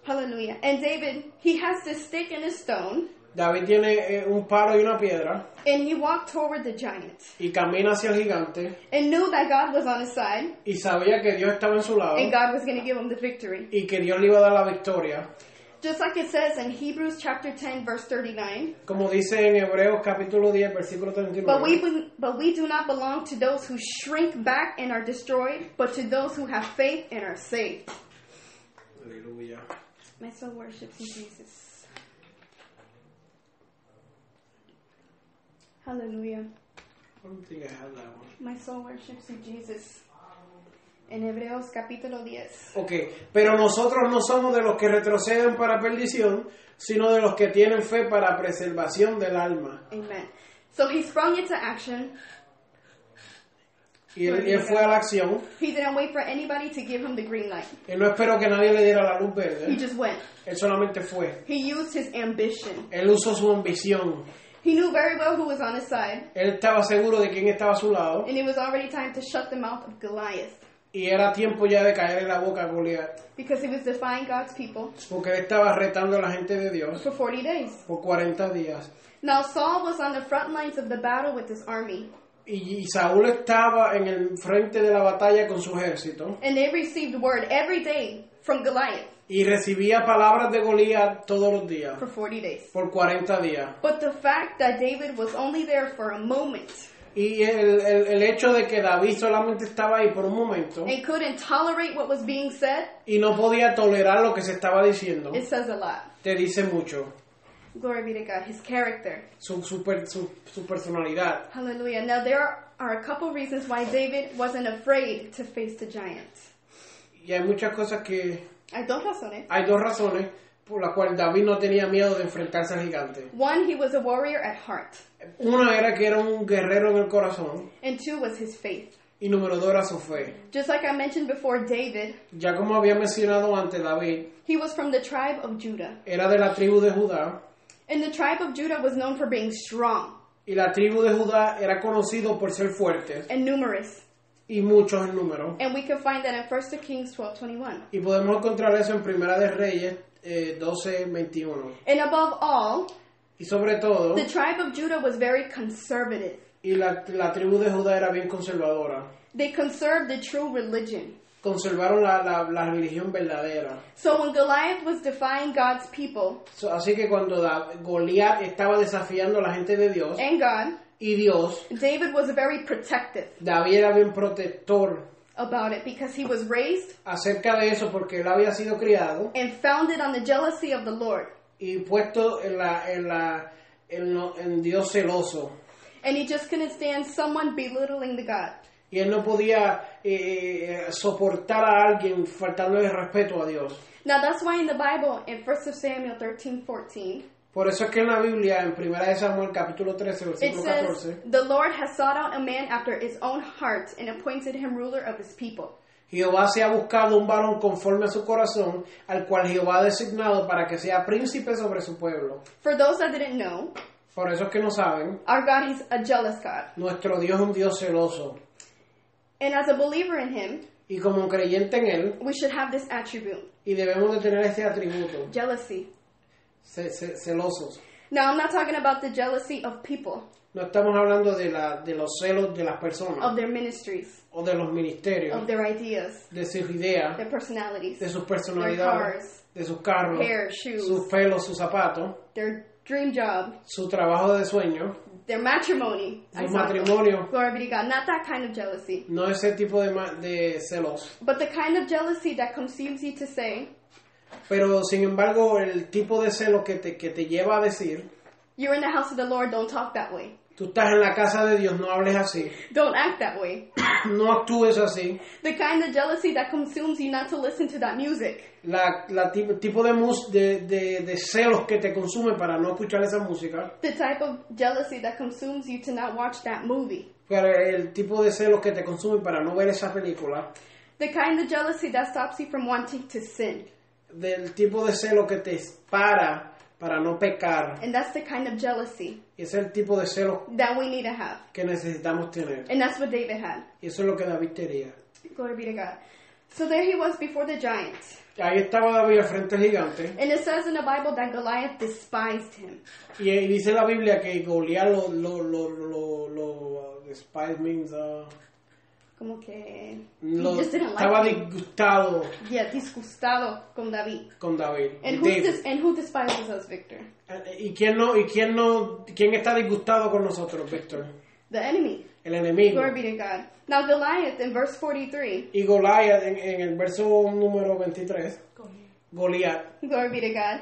[SPEAKER 2] Hallelujah. And David, he has this stick and a stone,
[SPEAKER 1] David tiene eh, un palo y una piedra
[SPEAKER 2] and he walked toward the giant
[SPEAKER 1] y camina hacia el gigante
[SPEAKER 2] and knew that God was on his side.
[SPEAKER 1] y sabía que Dios estaba en su lado
[SPEAKER 2] and God was going to give him the victory.
[SPEAKER 1] y que Dios le iba a dar la victoria.
[SPEAKER 2] Just like it says in Hebrews chapter 10 verse 39,
[SPEAKER 1] Como dice en Hebreos capítulo 10, versículo
[SPEAKER 2] but we
[SPEAKER 1] 39.
[SPEAKER 2] but we do not belong to those who shrink back and are destroyed, but to those who have faith and are saved.
[SPEAKER 1] Aleluya.
[SPEAKER 2] My soul worships in Jesus. Hallelujah.
[SPEAKER 1] I don't think I have that one.
[SPEAKER 2] My soul worships in Jesus. En Hebreos capítulo 10.
[SPEAKER 1] Ok, pero nosotros no somos de los que retroceden para perdición, sino de los que tienen fe para preservación del alma.
[SPEAKER 2] Amen. So he sprung into action.
[SPEAKER 1] Y él, y él fue a la acción.
[SPEAKER 2] He didn't wait for anybody to give him the green light.
[SPEAKER 1] Él no esperó que nadie le diera la luz
[SPEAKER 2] He
[SPEAKER 1] verde.
[SPEAKER 2] just went.
[SPEAKER 1] Él solamente fue.
[SPEAKER 2] He used his ambition.
[SPEAKER 1] Él usó su ambición.
[SPEAKER 2] He knew very well who was on his side,
[SPEAKER 1] Él estaba seguro de quién estaba a su lado.
[SPEAKER 2] and it was already time to shut the mouth of Goliath
[SPEAKER 1] Y era tiempo ya de caer en la boca a Goliat.
[SPEAKER 2] because he was defying God's people
[SPEAKER 1] Porque él estaba retando a la gente de Dios
[SPEAKER 2] for 40 days.
[SPEAKER 1] por 40 días.
[SPEAKER 2] Now, Saul was on the front lines of the battle with his army,
[SPEAKER 1] Y, y Saúl estaba en el frente de la batalla con su ejército.
[SPEAKER 2] and they received word every day from Goliath
[SPEAKER 1] Y recibía palabras de Goliat todos los días.
[SPEAKER 2] for 40 days.
[SPEAKER 1] Por 40 días.
[SPEAKER 2] But the fact that David was only there for a moment
[SPEAKER 1] Y el, el- el hecho de que David solamente estaba ahí por un momento
[SPEAKER 2] and couldn't tolerate what was being said,
[SPEAKER 1] y no podía tolerar lo que se estaba diciendo,
[SPEAKER 2] it says a lot.
[SPEAKER 1] te dice mucho.
[SPEAKER 2] Glory be to God, his character.
[SPEAKER 1] su, su, per- su, su personalidad.
[SPEAKER 2] Hallelujah. Now, there are- are a couple reasons why David wasn't afraid to face the giant.
[SPEAKER 1] Y hay muchas cosas que...
[SPEAKER 2] Hay dos razones.
[SPEAKER 1] Hay dos razones por las cuales David no tenía miedo de enfrentarse al gigante.
[SPEAKER 2] One, he was a warrior at heart.
[SPEAKER 1] Una era que era un guerrero en el corazón
[SPEAKER 2] And two was his faith.
[SPEAKER 1] y número dos era su fe.
[SPEAKER 2] Just like I mentioned before, David,
[SPEAKER 1] Ya como había mencionado antes, David
[SPEAKER 2] he was from the tribe of Judah.
[SPEAKER 1] era de la tribu de Judá
[SPEAKER 2] And the tribe of Judah was known for being strong
[SPEAKER 1] y la tribu de Judá era conocido por ser fuertes
[SPEAKER 2] and numerous.
[SPEAKER 1] y muchos en número.
[SPEAKER 2] And we can find that in 1 Kings 12 21.
[SPEAKER 1] Y podemos encontrar eso en Primera de Reyes eh, 12, 21.
[SPEAKER 2] And above all,
[SPEAKER 1] Y sobre todo,
[SPEAKER 2] the tribe of Judah was very conservative.
[SPEAKER 1] y la, la tribu de Judá era bien conservadora.
[SPEAKER 2] They conserved the true religion.
[SPEAKER 1] Conservaron la, la- la religión verdadera.
[SPEAKER 2] So when Goliath was defying God's people
[SPEAKER 1] So, así que cuando Da- Goliat estaba desafiando a la gente de Dios
[SPEAKER 2] and God,
[SPEAKER 1] y Dios,
[SPEAKER 2] David was very protective
[SPEAKER 1] David era bien protector
[SPEAKER 2] about it because he was raised
[SPEAKER 1] acerca de eso porque él había sido criado
[SPEAKER 2] and founded on the jealousy of the Lord.
[SPEAKER 1] y puesto en, la, en, la, en, lo- en Dios celoso.
[SPEAKER 2] And he just couldn't stand someone belittling the God.
[SPEAKER 1] Y él no podía eh, eh, soportar a alguien faltándole respeto a Dios.
[SPEAKER 2] Now that's why in the Bible, in 1 Samuel 13, 14,
[SPEAKER 1] Por eso es que en la Biblia, en 1 de Samuel capítulo 13,
[SPEAKER 2] it
[SPEAKER 1] versículo
[SPEAKER 2] says,
[SPEAKER 1] 14,
[SPEAKER 2] The Lord has sought out a man after his own heart and appointed him ruler of his people.
[SPEAKER 1] Jehová se ha buscado un varón conforme a su corazón, al cual Jehová ha designado para que sea príncipe sobre su pueblo.
[SPEAKER 2] For those that didn't know,
[SPEAKER 1] Por eso es que no saben,
[SPEAKER 2] our God is a jealous God.
[SPEAKER 1] nuestro Dios es un Dios celoso.
[SPEAKER 2] And as a believer in him,
[SPEAKER 1] Y como creyente en Él,
[SPEAKER 2] we should have this attribute
[SPEAKER 1] y debemos de tener este atributo,
[SPEAKER 2] jealousy.
[SPEAKER 1] ce- ce- celosos.
[SPEAKER 2] Now, I'm not talking about the jealousy of people,
[SPEAKER 1] No estamos hablando de, la, de los celos de las
[SPEAKER 2] of
[SPEAKER 1] personas
[SPEAKER 2] their ministries,
[SPEAKER 1] o de los
[SPEAKER 2] of
[SPEAKER 1] ministerios,
[SPEAKER 2] their ideas,
[SPEAKER 1] de sus ideas,
[SPEAKER 2] their personalities,
[SPEAKER 1] de sus personalidades,
[SPEAKER 2] cars,
[SPEAKER 1] de sus carros,
[SPEAKER 2] hair, shoes.
[SPEAKER 1] sus pelos, sus zapatos,
[SPEAKER 2] their dream job,
[SPEAKER 1] su trabajo de sueño,
[SPEAKER 2] their matrimony.
[SPEAKER 1] su
[SPEAKER 2] saw them.
[SPEAKER 1] matrimonio.
[SPEAKER 2] Glory be to God. Not that kind of jealousy,
[SPEAKER 1] No ese tipo de, ma- de celos.
[SPEAKER 2] but the kind of jealousy that consumes you to say,
[SPEAKER 1] Pero sin embargo, el tipo de celo que te, que te lleva a decir,
[SPEAKER 2] You're in the house of the Lord, don't talk that way.
[SPEAKER 1] tú estás en la casa de Dios, no hables así,
[SPEAKER 2] Don't act that way.
[SPEAKER 1] no actúes así.
[SPEAKER 2] The kind of jealousy that consumes you not to listen to that music.
[SPEAKER 1] La, la tip- tipo de, mus- de, de, de celos que te consume para no escuchar esa música.
[SPEAKER 2] The type of jealousy that consumes you to not watch that movie.
[SPEAKER 1] Pero el tipo de celos que te consume para no ver esa película.
[SPEAKER 2] The kind of jealousy that stops you from wanting to sin.
[SPEAKER 1] Del tipo de celo que te para para no pecar.
[SPEAKER 2] And that's the kind of jealousy
[SPEAKER 1] Y ese es el tipo de celos
[SPEAKER 2] that we need to have.
[SPEAKER 1] que necesitamos tener.
[SPEAKER 2] And that's what David had.
[SPEAKER 1] Y eso es lo que David tenía.
[SPEAKER 2] Glory be to God. So there he was before the giant.
[SPEAKER 1] Ahí estaba David al frente del gigante.
[SPEAKER 2] And it says in the Bible that Goliath despised him.
[SPEAKER 1] Y, y dice la Biblia que Goliat lo, lo, lo, lo, lo, uh, despise means, uh,
[SPEAKER 2] Como que.
[SPEAKER 1] lo-
[SPEAKER 2] he just didn't
[SPEAKER 1] estaba
[SPEAKER 2] like him.
[SPEAKER 1] disgustado
[SPEAKER 2] Yeah, disgustado con David.
[SPEAKER 1] con David.
[SPEAKER 2] And,
[SPEAKER 1] Y
[SPEAKER 2] who's
[SPEAKER 1] David.
[SPEAKER 2] dis- and who despises us, Victor?
[SPEAKER 1] Eh, ¿Y quién no, y quién no, quién está disgustado con nosotros, Víctor?
[SPEAKER 2] The enemy.
[SPEAKER 1] El enemigo.
[SPEAKER 2] Glory be to God. Now, Goliath in verse 43.
[SPEAKER 1] Y Goliat en, en el verso número 23. Goliat.
[SPEAKER 2] Glory be to God.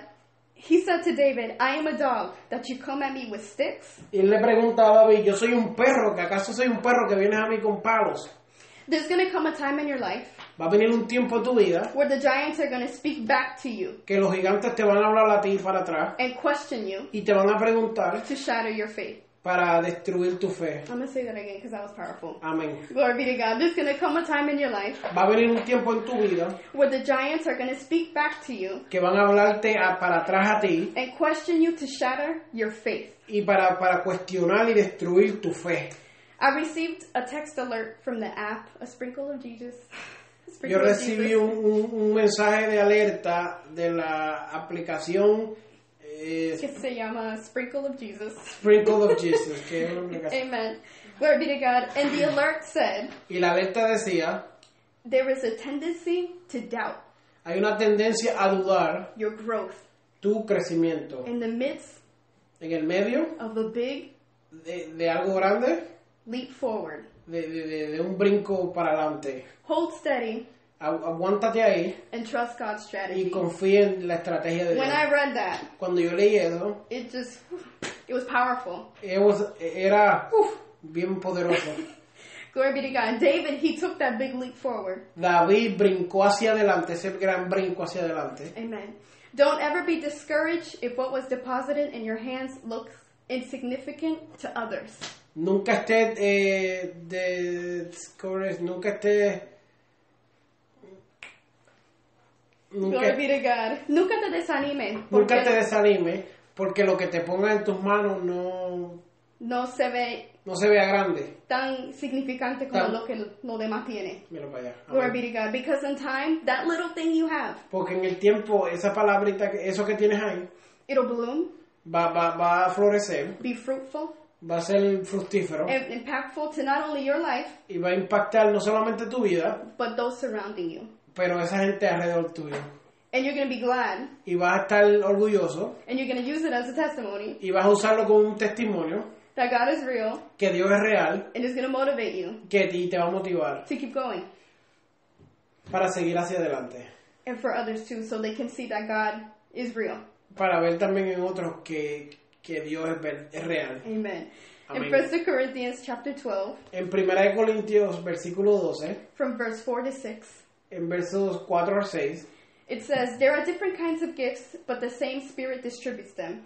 [SPEAKER 2] He said to David, I am a dog that you come at me with sticks.
[SPEAKER 1] Y él le pregunta a David, yo soy un perro, que acaso soy un perro que vienes a mí con palos.
[SPEAKER 2] There's going to come a time in your life
[SPEAKER 1] Va a venir un tiempo en tu vida
[SPEAKER 2] where the giants are going to speak back to you
[SPEAKER 1] que los gigantes te van a hablar a ti para atrás
[SPEAKER 2] and question you
[SPEAKER 1] y te van a preguntar
[SPEAKER 2] to shatter your faith.
[SPEAKER 1] para destruir tu fe.
[SPEAKER 2] I'm going to say that again because that was powerful.
[SPEAKER 1] Amén.
[SPEAKER 2] Glory be to God. There's going to come a time in your life
[SPEAKER 1] Va a venir un tiempo en tu vida
[SPEAKER 2] where the giants are going to speak back to you
[SPEAKER 1] que van a hablarte a- para atrás a ti
[SPEAKER 2] and question you to shatter your faith.
[SPEAKER 1] y para, para cuestionar y destruir tu fe.
[SPEAKER 2] I received a text alert from the app, a sprinkle of Jesus. A
[SPEAKER 1] Yo
[SPEAKER 2] sprinkle of
[SPEAKER 1] recibí
[SPEAKER 2] Jesus.
[SPEAKER 1] un, un- un mensaje de alerta de la aplicación eh,
[SPEAKER 2] Que se llama Sprinkle of Jesus.
[SPEAKER 1] Sprinkle of Jesus, que es una aplicación.
[SPEAKER 2] Amen. Glory be to God. And the alert said,
[SPEAKER 1] Y la alerta decía,
[SPEAKER 2] there is a tendency to doubt
[SPEAKER 1] hay una tendencia a dudar
[SPEAKER 2] your growth
[SPEAKER 1] tu crecimiento.
[SPEAKER 2] in the midst
[SPEAKER 1] En el medio
[SPEAKER 2] of a big
[SPEAKER 1] de, de algo grande,
[SPEAKER 2] leap forward.
[SPEAKER 1] de, de- de- de un brinco para adelante.
[SPEAKER 2] Hold steady
[SPEAKER 1] Agu- Aguántate ahí
[SPEAKER 2] and trust God's
[SPEAKER 1] y
[SPEAKER 2] strategy.
[SPEAKER 1] confía en la estrategia de Dios.
[SPEAKER 2] When I read that,
[SPEAKER 1] Cuando yo leí eso,
[SPEAKER 2] it just, it was powerful.
[SPEAKER 1] it was- era uf, bien poderoso.
[SPEAKER 2] Glory be to God. David, he took that big leap forward.
[SPEAKER 1] David brincó hacia adelante, ese gran brinco hacia adelante.
[SPEAKER 2] Amen. Don't ever be discouraged if what was deposited in your hands looks insignificant to others.
[SPEAKER 1] Nunca esté eh, de, corres- nunca esté
[SPEAKER 2] Glory
[SPEAKER 1] nunca,
[SPEAKER 2] be to God. Nunca te desanime.
[SPEAKER 1] nunca
[SPEAKER 2] porque
[SPEAKER 1] te desanime porque lo que te ponga en tus manos no,
[SPEAKER 2] No se ve
[SPEAKER 1] no se vea grande.
[SPEAKER 2] tan significante como
[SPEAKER 1] Tan-
[SPEAKER 2] lo que lo demás tiene.
[SPEAKER 1] Mira para allá.
[SPEAKER 2] Glory
[SPEAKER 1] Amén.
[SPEAKER 2] be to God. Because in time, that little thing you have,
[SPEAKER 1] Porque en el tiempo esa palabrita, que- eso que tienes ahí,
[SPEAKER 2] it'll bloom,
[SPEAKER 1] va, va, va a florecer,
[SPEAKER 2] be fruitful,
[SPEAKER 1] va a ser fructífero
[SPEAKER 2] and impactful to not only your life,
[SPEAKER 1] y va a impactar no solamente tu vida,
[SPEAKER 2] but those surrounding you.
[SPEAKER 1] pero esa gente alrededor tuyo.
[SPEAKER 2] And you're going to be glad,
[SPEAKER 1] Y vas a estar orgulloso
[SPEAKER 2] and you're going to use it as a testimony
[SPEAKER 1] y vas a usarlo como un testimonio
[SPEAKER 2] that God is real
[SPEAKER 1] que Dios es real
[SPEAKER 2] and is going to motivate you
[SPEAKER 1] que a ti te va a motivar
[SPEAKER 2] to keep going
[SPEAKER 1] para seguir hacia adelante.
[SPEAKER 2] and for others too, so they can see that God is real.
[SPEAKER 1] Para ver también en otros que, que Dios es, ver- es real.
[SPEAKER 2] Amen.
[SPEAKER 1] Amén.
[SPEAKER 2] In First Corinthians chapter 12,
[SPEAKER 1] En 1 Corintios, versículo 12,
[SPEAKER 2] from verse 4 to 6,
[SPEAKER 1] en versos 4 al 6,
[SPEAKER 2] it says, There are different kinds of gifts, but the same Spirit distributes them.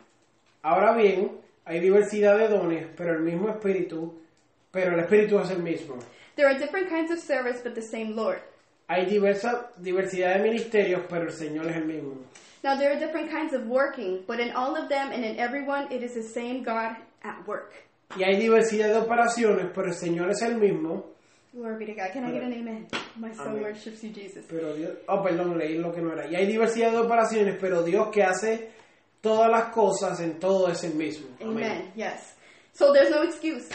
[SPEAKER 1] Ahora bien, hay diversidad de dones, pero el mismo espíritu, pero el espíritu es el mismo.
[SPEAKER 2] There are different kinds of service, but the same Lord.
[SPEAKER 1] Hay diversa diversidad de ministerios, pero el Señor es el mismo.
[SPEAKER 2] Now there are different kinds of working, but in all of them and in everyone, it is the same God at work.
[SPEAKER 1] Y hay diversidad de operaciones, pero el Señor es el mismo.
[SPEAKER 2] Glory be to God. Can I get an amen? My soul
[SPEAKER 1] Amen.
[SPEAKER 2] worships you, Jesus.
[SPEAKER 1] Pero Dios, oh, perdón, leí lo que no era. Y hay diversidad de operaciones, pero Dios que hace todas las cosas en todo es el mismo.
[SPEAKER 2] Amen. Yes. So there's no excuse.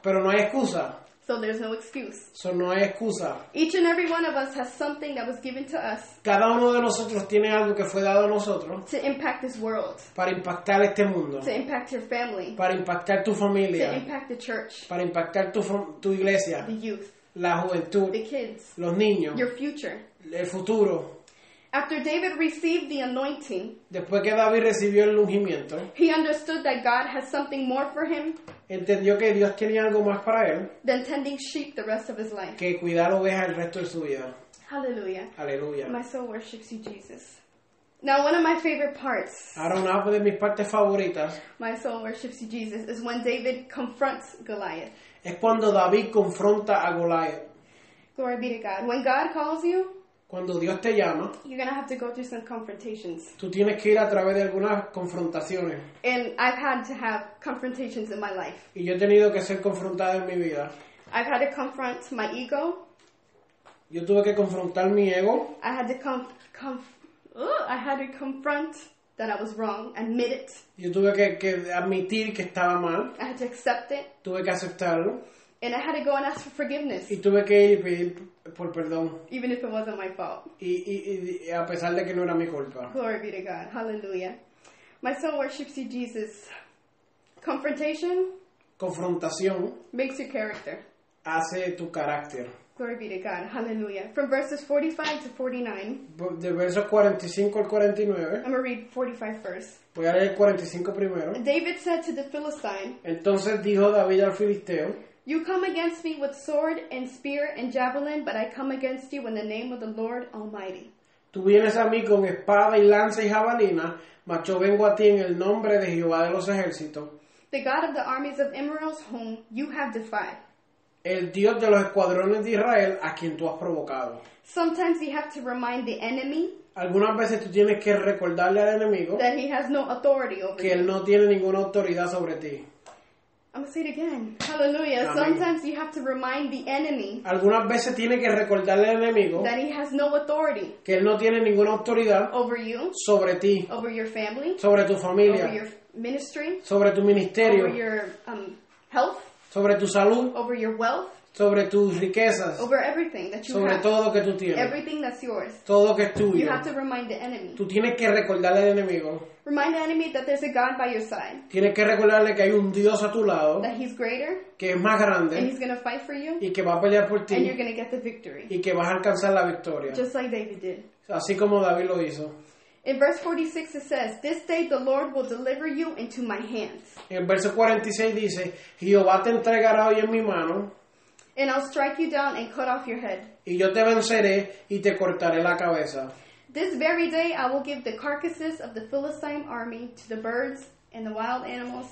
[SPEAKER 1] Pero no hay excusa.
[SPEAKER 2] So there's no excuse.
[SPEAKER 1] Eso no hay excusa.
[SPEAKER 2] Each and every one of us has something that was given to us
[SPEAKER 1] Cada uno de nosotros tiene algo que fue dado a nosotros
[SPEAKER 2] to impact this world,
[SPEAKER 1] para impactar este mundo,
[SPEAKER 2] to impact your family,
[SPEAKER 1] para impactar tu
[SPEAKER 2] to
[SPEAKER 1] familia,
[SPEAKER 2] impact the church,
[SPEAKER 1] para impactar tu, fam- tu iglesia,
[SPEAKER 2] the youth,
[SPEAKER 1] la juventud,
[SPEAKER 2] the kids,
[SPEAKER 1] los niños,
[SPEAKER 2] your future.
[SPEAKER 1] el futuro.
[SPEAKER 2] After David received the anointing,
[SPEAKER 1] Después que David recibió el ungimiento,
[SPEAKER 2] he understood that God has something more for him
[SPEAKER 1] entendió que Dios tenía algo más para él
[SPEAKER 2] than tending sheep the rest of his life.
[SPEAKER 1] que cuidar ovejas el resto de su vida.
[SPEAKER 2] Hallelujah.
[SPEAKER 1] Aleluya.
[SPEAKER 2] My soul worships you, Jesus. Now, one of my favorite parts,
[SPEAKER 1] Ahora una de mis partes favoritas
[SPEAKER 2] my soul worships you, Jesus, is when David confronts Goliath.
[SPEAKER 1] es cuando David confronta a Goliat.
[SPEAKER 2] Glory be to God. When God calls you,
[SPEAKER 1] Cuando Dios te llama,
[SPEAKER 2] you're going to have to go through some confrontations.
[SPEAKER 1] tú tienes que ir a través de algunas confrontaciones.
[SPEAKER 2] And I've had to have confrontations in my life.
[SPEAKER 1] Y yo he tenido que ser confrontado en mi vida.
[SPEAKER 2] I've had to confront my ego.
[SPEAKER 1] Yo tuve que confrontar mi ego.
[SPEAKER 2] I had to com- com- Ugh, I had to confront that I was wrong, admit it.
[SPEAKER 1] Yo tuve que, que admitir que estaba mal.
[SPEAKER 2] I had to accept it.
[SPEAKER 1] Tuve que aceptarlo.
[SPEAKER 2] And I had to go and ask for forgiveness,
[SPEAKER 1] Y tuve que ir y pedir por perdón.
[SPEAKER 2] even if it wasn't my fault.
[SPEAKER 1] Y, y- y- y a pesar de que no era mi culpa.
[SPEAKER 2] Glory be to God. Hallelujah. My soul worships you, Jesus. Confrontation
[SPEAKER 1] Confrontación
[SPEAKER 2] makes your character.
[SPEAKER 1] hace tu carácter.
[SPEAKER 2] Glory be to God. Hallelujah. From verses 45 to 49,
[SPEAKER 1] De versos 45 al 49,
[SPEAKER 2] I'm going to read 45 first.
[SPEAKER 1] voy a leer el 45 primero.
[SPEAKER 2] David said to the Philistine,
[SPEAKER 1] Entonces dijo David al filisteo,
[SPEAKER 2] You come against me with sword and spear and javelin, but I come against you in the name of the Lord Almighty.
[SPEAKER 1] tú vienes a mí con espada y lanza y jabalina, mas yo vengo a ti en el nombre de Jehová de los ejércitos,
[SPEAKER 2] The God of the armies of Israel's whom you have defied.
[SPEAKER 1] el Dios de los escuadrones de Israel a quien tú has provocado.
[SPEAKER 2] Sometimes you have to remind the enemy
[SPEAKER 1] Algunas veces tú tienes que recordarle al enemigo
[SPEAKER 2] that he has no authority over
[SPEAKER 1] que
[SPEAKER 2] you.
[SPEAKER 1] él no tiene ninguna autoridad sobre ti.
[SPEAKER 2] I'm gonna say it again. Hallelujah.
[SPEAKER 1] Amén.
[SPEAKER 2] Sometimes you have to remind the enemy
[SPEAKER 1] Algunas veces tiene que recordarle al enemigo
[SPEAKER 2] that he has no authority
[SPEAKER 1] que él no tiene ninguna autoridad
[SPEAKER 2] over you,
[SPEAKER 1] sobre ti,
[SPEAKER 2] over your family,
[SPEAKER 1] sobre tu
[SPEAKER 2] over
[SPEAKER 1] familia,
[SPEAKER 2] your ministry,
[SPEAKER 1] sobre tu
[SPEAKER 2] over
[SPEAKER 1] ministerio,
[SPEAKER 2] your um, health,
[SPEAKER 1] sobre tu salud,
[SPEAKER 2] over your wealth,
[SPEAKER 1] sobre tus riquezas,
[SPEAKER 2] over everything that you
[SPEAKER 1] sobre
[SPEAKER 2] have.
[SPEAKER 1] todo lo que tú tienes,
[SPEAKER 2] Everything that's yours.
[SPEAKER 1] todo lo que es
[SPEAKER 2] You
[SPEAKER 1] tuyo.
[SPEAKER 2] have to remind the enemy.
[SPEAKER 1] Tú tienes que recordarle al enemigo,
[SPEAKER 2] Remind the enemy that there's a God by your side,
[SPEAKER 1] tienes que recordarle que hay un Dios a tu lado
[SPEAKER 2] that he's greater,
[SPEAKER 1] que es más
[SPEAKER 2] and
[SPEAKER 1] grande
[SPEAKER 2] he's gonna fight for you,
[SPEAKER 1] y que va a pelear por
[SPEAKER 2] and you're
[SPEAKER 1] ti
[SPEAKER 2] gonna get the victory.
[SPEAKER 1] y que vas a alcanzar la victoria,
[SPEAKER 2] Just like David did.
[SPEAKER 1] así como David lo hizo.
[SPEAKER 2] In verse 46, it says, This day the Lord will deliver you into my hands,
[SPEAKER 1] En el verso 46 dice, Jehová te entregará hoy en mi mano
[SPEAKER 2] and I'll strike you down and cut off your head.
[SPEAKER 1] y yo te venceré y te cortaré la cabeza.
[SPEAKER 2] This very day I will give the carcasses of the Philistine army to the birds and the wild animals,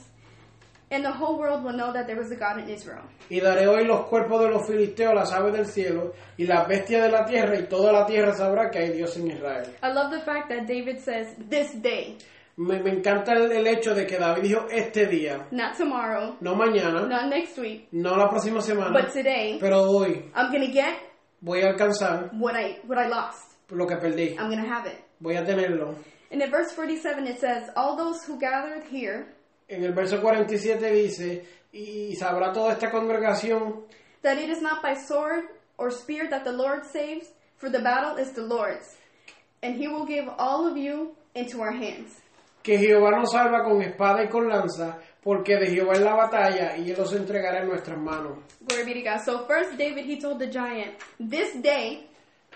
[SPEAKER 2] and the whole world will know that there was a God in Israel.
[SPEAKER 1] Y daré hoy los cuerpos de los filisteos, las aves del cielo y las bestias de la tierra y toda la tierra sabrá que hay Dios en Israel.
[SPEAKER 2] I love the fact that David says, This day,
[SPEAKER 1] Me, me encanta el, el hecho de que David dijo este día,
[SPEAKER 2] not tomorrow,
[SPEAKER 1] no mañana,
[SPEAKER 2] not next week,
[SPEAKER 1] no la próxima semana,
[SPEAKER 2] but today,
[SPEAKER 1] pero hoy
[SPEAKER 2] I'm going to get
[SPEAKER 1] voy a alcanzar
[SPEAKER 2] what I, what I lost.
[SPEAKER 1] lo que perdí,
[SPEAKER 2] I'm going to have it.
[SPEAKER 1] voy a tenerlo.
[SPEAKER 2] And in verse 47, it says, All those who gathered here
[SPEAKER 1] en el verso 47 dice, y sabrá toda esta congregación
[SPEAKER 2] that it is not by sword or spear that the Lord saves, for the battle is the Lord's, and he will give all of you into our hands.
[SPEAKER 1] que Jehová nos salva con espada y con lanza, porque de Jehová es la batalla y Él los entregará en nuestras manos.
[SPEAKER 2] Glory be to God. So first David he told the giant, This day,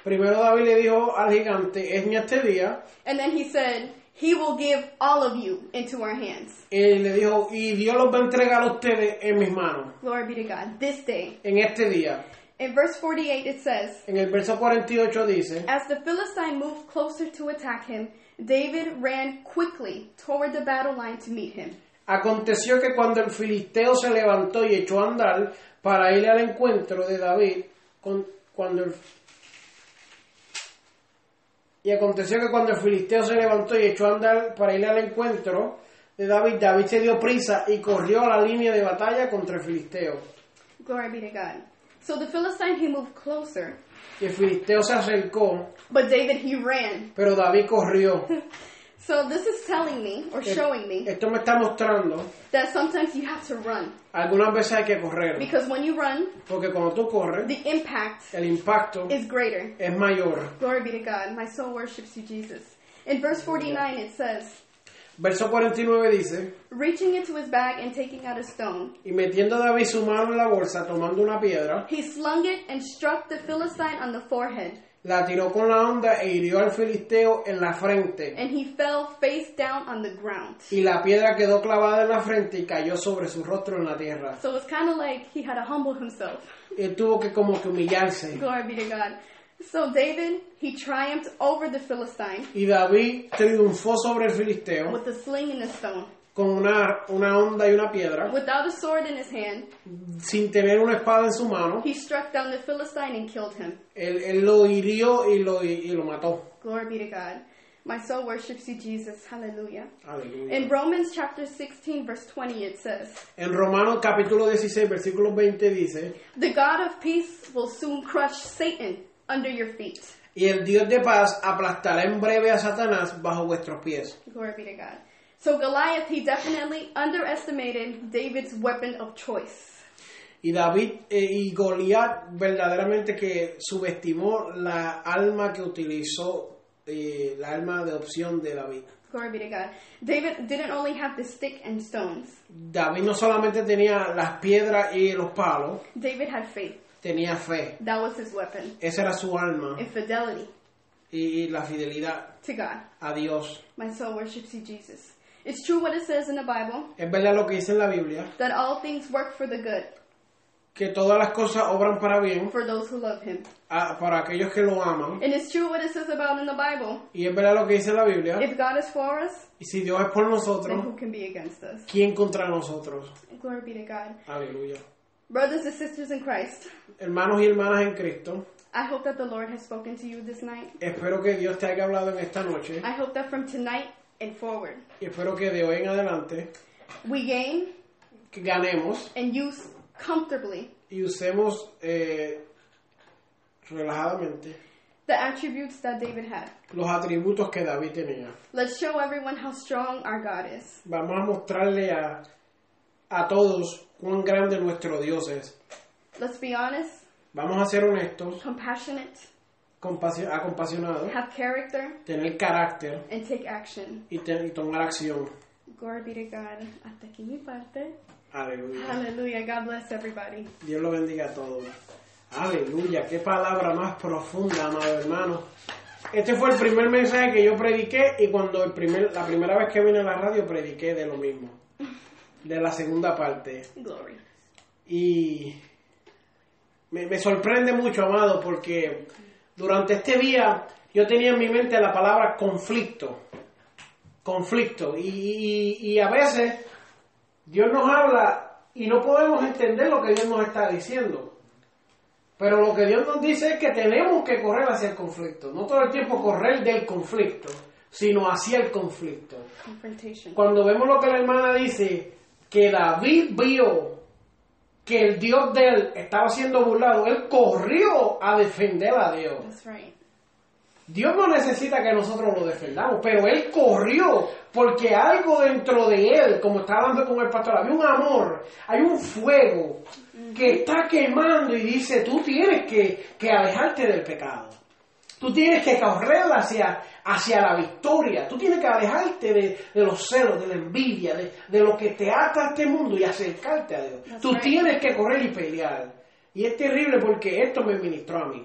[SPEAKER 1] Primero David le dijo al gigante, es mi este día,
[SPEAKER 2] and then he said, He will give all of you into our hands.
[SPEAKER 1] y le dijo, y Dios los va a entregar a ustedes en mis manos,
[SPEAKER 2] Glory be to God. This day.
[SPEAKER 1] en este día.
[SPEAKER 2] In verse 48 it says,
[SPEAKER 1] En el verso 48 dice,
[SPEAKER 2] As the Philistine moved closer to attack him, David ran quickly toward the battle line to meet him.
[SPEAKER 1] aconteció que cuando el filisteo se levantó y echó a andar para ir al encuentro de David, con- cuando el- y aconteció que cuando el filisteo se levantó y echó a andar para ir al encuentro de David, David se dio prisa y corrió a la línea de batalla contra el filisteo.
[SPEAKER 2] Glory be to God. So the Philistine he moved closer,
[SPEAKER 1] Y el filisteo se acercó,
[SPEAKER 2] but David he ran.
[SPEAKER 1] pero David corrió.
[SPEAKER 2] So this is telling me or showing me
[SPEAKER 1] Esto me está mostrando,
[SPEAKER 2] that sometimes you have to run
[SPEAKER 1] algunas veces hay que correr,
[SPEAKER 2] because when you run,
[SPEAKER 1] porque cuando tú corres,
[SPEAKER 2] the impact
[SPEAKER 1] el impacto
[SPEAKER 2] is greater.
[SPEAKER 1] es mayor.
[SPEAKER 2] Glory be to God. My soul worships you, Jesus. In verse 49, it says,
[SPEAKER 1] Verso 49 dice,
[SPEAKER 2] Reaching into his bag and taking out a stone,
[SPEAKER 1] y metiendo David su mano en la bolsa, tomando una piedra,
[SPEAKER 2] he slung it and struck the Philistine on the forehead,
[SPEAKER 1] la tiró con la onda e hirió al filisteo en la frente.
[SPEAKER 2] and he fell face down on the ground.
[SPEAKER 1] Y la piedra quedó clavada en la frente y cayó sobre su rostro en la tierra.
[SPEAKER 2] So it's kind of like he had to humble himself.
[SPEAKER 1] Él tuvo que como que humillarse.
[SPEAKER 2] Glory be to God. So David, he triumphed over the Philistine
[SPEAKER 1] Y David triunfó sobre el filisteo
[SPEAKER 2] with a sling and a stone,
[SPEAKER 1] con una, una onda y una piedra,
[SPEAKER 2] without a sword in his hand.
[SPEAKER 1] sin tener una espada en su mano.
[SPEAKER 2] He struck down the Philistine and killed him.
[SPEAKER 1] Él, él lo hirió y lo, y lo mató.
[SPEAKER 2] Glory be to God. My soul worships you, Jesus. Hallelujah.
[SPEAKER 1] Aleluya.
[SPEAKER 2] In Romans chapter 16, verse 20, it says,
[SPEAKER 1] En Romanos capítulo 16, versículo 20 dice,
[SPEAKER 2] The God of peace will soon crush Satan under your feet.
[SPEAKER 1] y el Dios de paz aplastará en breve a Satanás bajo vuestros pies.
[SPEAKER 2] Glory be to God. So Goliath, he definitely underestimated David's weapon of choice.
[SPEAKER 1] Y David eh, y Goliat verdaderamente que subestimó la alma que utilizó, eh, la alma de opción de David.
[SPEAKER 2] Glory be to God. David didn't only have the stick and stones,
[SPEAKER 1] David no solamente tenía las piedras y los palos,
[SPEAKER 2] David had faith.
[SPEAKER 1] tenía fe.
[SPEAKER 2] That was his weapon.
[SPEAKER 1] Esa era su alma
[SPEAKER 2] And fidelity
[SPEAKER 1] y, y la fidelidad
[SPEAKER 2] to God.
[SPEAKER 1] a Dios.
[SPEAKER 2] My soul worships you, Jesus. It's true what it says in the Bible
[SPEAKER 1] Es verdad lo que dice en la Biblia,
[SPEAKER 2] that all things work for the good
[SPEAKER 1] que todas las cosas obran para bien
[SPEAKER 2] for those who love him.
[SPEAKER 1] a- para aquellos que lo aman.
[SPEAKER 2] And it's true what it says about in the Bible
[SPEAKER 1] Y es verdad lo que dice la Biblia,
[SPEAKER 2] If God is for us,
[SPEAKER 1] y si Dios es por
[SPEAKER 2] then
[SPEAKER 1] nosotros,
[SPEAKER 2] who can be against us?
[SPEAKER 1] ¿quién contra nosotros?
[SPEAKER 2] Glory be to God.
[SPEAKER 1] Aleluya.
[SPEAKER 2] Brothers and sisters in Christ,
[SPEAKER 1] Hermanos y hermanas en Cristo,
[SPEAKER 2] I hope that the Lord has spoken to you this night.
[SPEAKER 1] espero que Dios te haya hablado en esta noche
[SPEAKER 2] I hope that from tonight and forward,
[SPEAKER 1] y espero que de hoy en adelante
[SPEAKER 2] we gain
[SPEAKER 1] que ganemos
[SPEAKER 2] and use comfortably
[SPEAKER 1] y usemos eh, relajadamente
[SPEAKER 2] the attributes that David had.
[SPEAKER 1] los atributos que David tenía.
[SPEAKER 2] Let's show everyone how strong our God is.
[SPEAKER 1] Vamos a mostrarle a, a todos cuán grande nuestro Dios es.
[SPEAKER 2] Let's be honest,
[SPEAKER 1] Vamos a ser honestos,
[SPEAKER 2] compassionate,
[SPEAKER 1] compasi- acompasionados,
[SPEAKER 2] have character,
[SPEAKER 1] tener carácter
[SPEAKER 2] and take action.
[SPEAKER 1] y, te- y tomar acción.
[SPEAKER 2] Glory be to God. Hasta aquí mi parte.
[SPEAKER 1] Aleluya.
[SPEAKER 2] Hallelujah. God bless everybody.
[SPEAKER 1] Dios lo bendiga a todos. Aleluya, qué palabra más profunda, amado hermano. Este fue el primer mensaje que yo prediqué y cuando el primer, la primera vez que vine a la radio prediqué de lo mismo, de la segunda parte.
[SPEAKER 2] Glory.
[SPEAKER 1] Y me, me sorprende mucho, amado, porque durante este día yo tenía en mi mente la palabra conflicto. Conflicto. Y, y- y a veces Dios nos habla y no podemos entender lo que Dios nos está diciendo. Pero lo que Dios nos dice es que tenemos que correr hacia el conflicto. No todo el tiempo correr del conflicto, sino hacia el conflicto
[SPEAKER 2] Confrontation.
[SPEAKER 1] cuando vemos lo que la hermana dice, que David vio que el Dios de él estaba siendo burlado, él corrió a defender a Dios.
[SPEAKER 2] That's right.
[SPEAKER 1] Dios no necesita que nosotros lo defendamos, pero Él corrió porque algo dentro de Él, como estaba hablando con el pastor, había un amor, hay un fuego que está quemando y dice, tú tienes que, que alejarte del pecado. Tú tienes que correr hacia, hacia la victoria. Tú tienes que alejarte de, de los celos, de la envidia, de, de lo que te ata a este mundo y acercarte a Dios.
[SPEAKER 2] That's
[SPEAKER 1] Tú
[SPEAKER 2] right.
[SPEAKER 1] tienes que correr y pelear. Y es terrible porque esto me ministró a mí.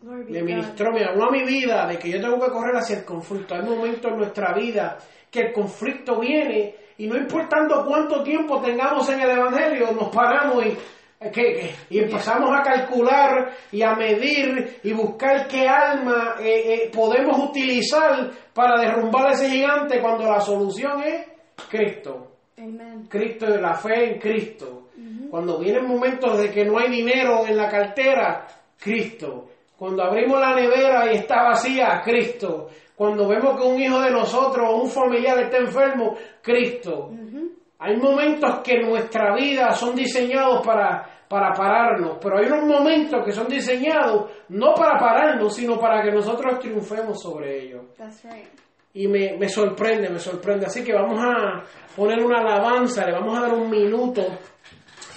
[SPEAKER 2] Glory be
[SPEAKER 1] Me
[SPEAKER 2] to God.
[SPEAKER 1] ministró, me habló a mi vida de que yo tengo que correr hacia el conflicto. Hay momentos en nuestra vida que el conflicto viene y no importando cuánto tiempo tengamos en el Evangelio, nos paramos y, eh, que- que- y empezamos a calcular y a medir y buscar qué alma eh, eh, podemos utilizar para derrumbar a ese gigante cuando la solución es Cristo.
[SPEAKER 2] Amen.
[SPEAKER 1] Cristo, de la fe en Cristo. Cuando vienen momentos de que no hay dinero en la cartera, Cristo. Cuando abrimos la nevera y está vacía, Cristo. Cuando vemos que un hijo de nosotros o un familiar está enfermo, Cristo.
[SPEAKER 2] Mm-hmm.
[SPEAKER 1] Hay momentos que en nuestra vida son diseñados para, para pararnos, pero hay unos momentos que son diseñados no para pararnos, sino para que nosotros triunfemos sobre ellos
[SPEAKER 2] That's right.
[SPEAKER 1] y me, me sorprende, me sorprende. Así que vamos a poner una alabanza, le vamos a dar un minuto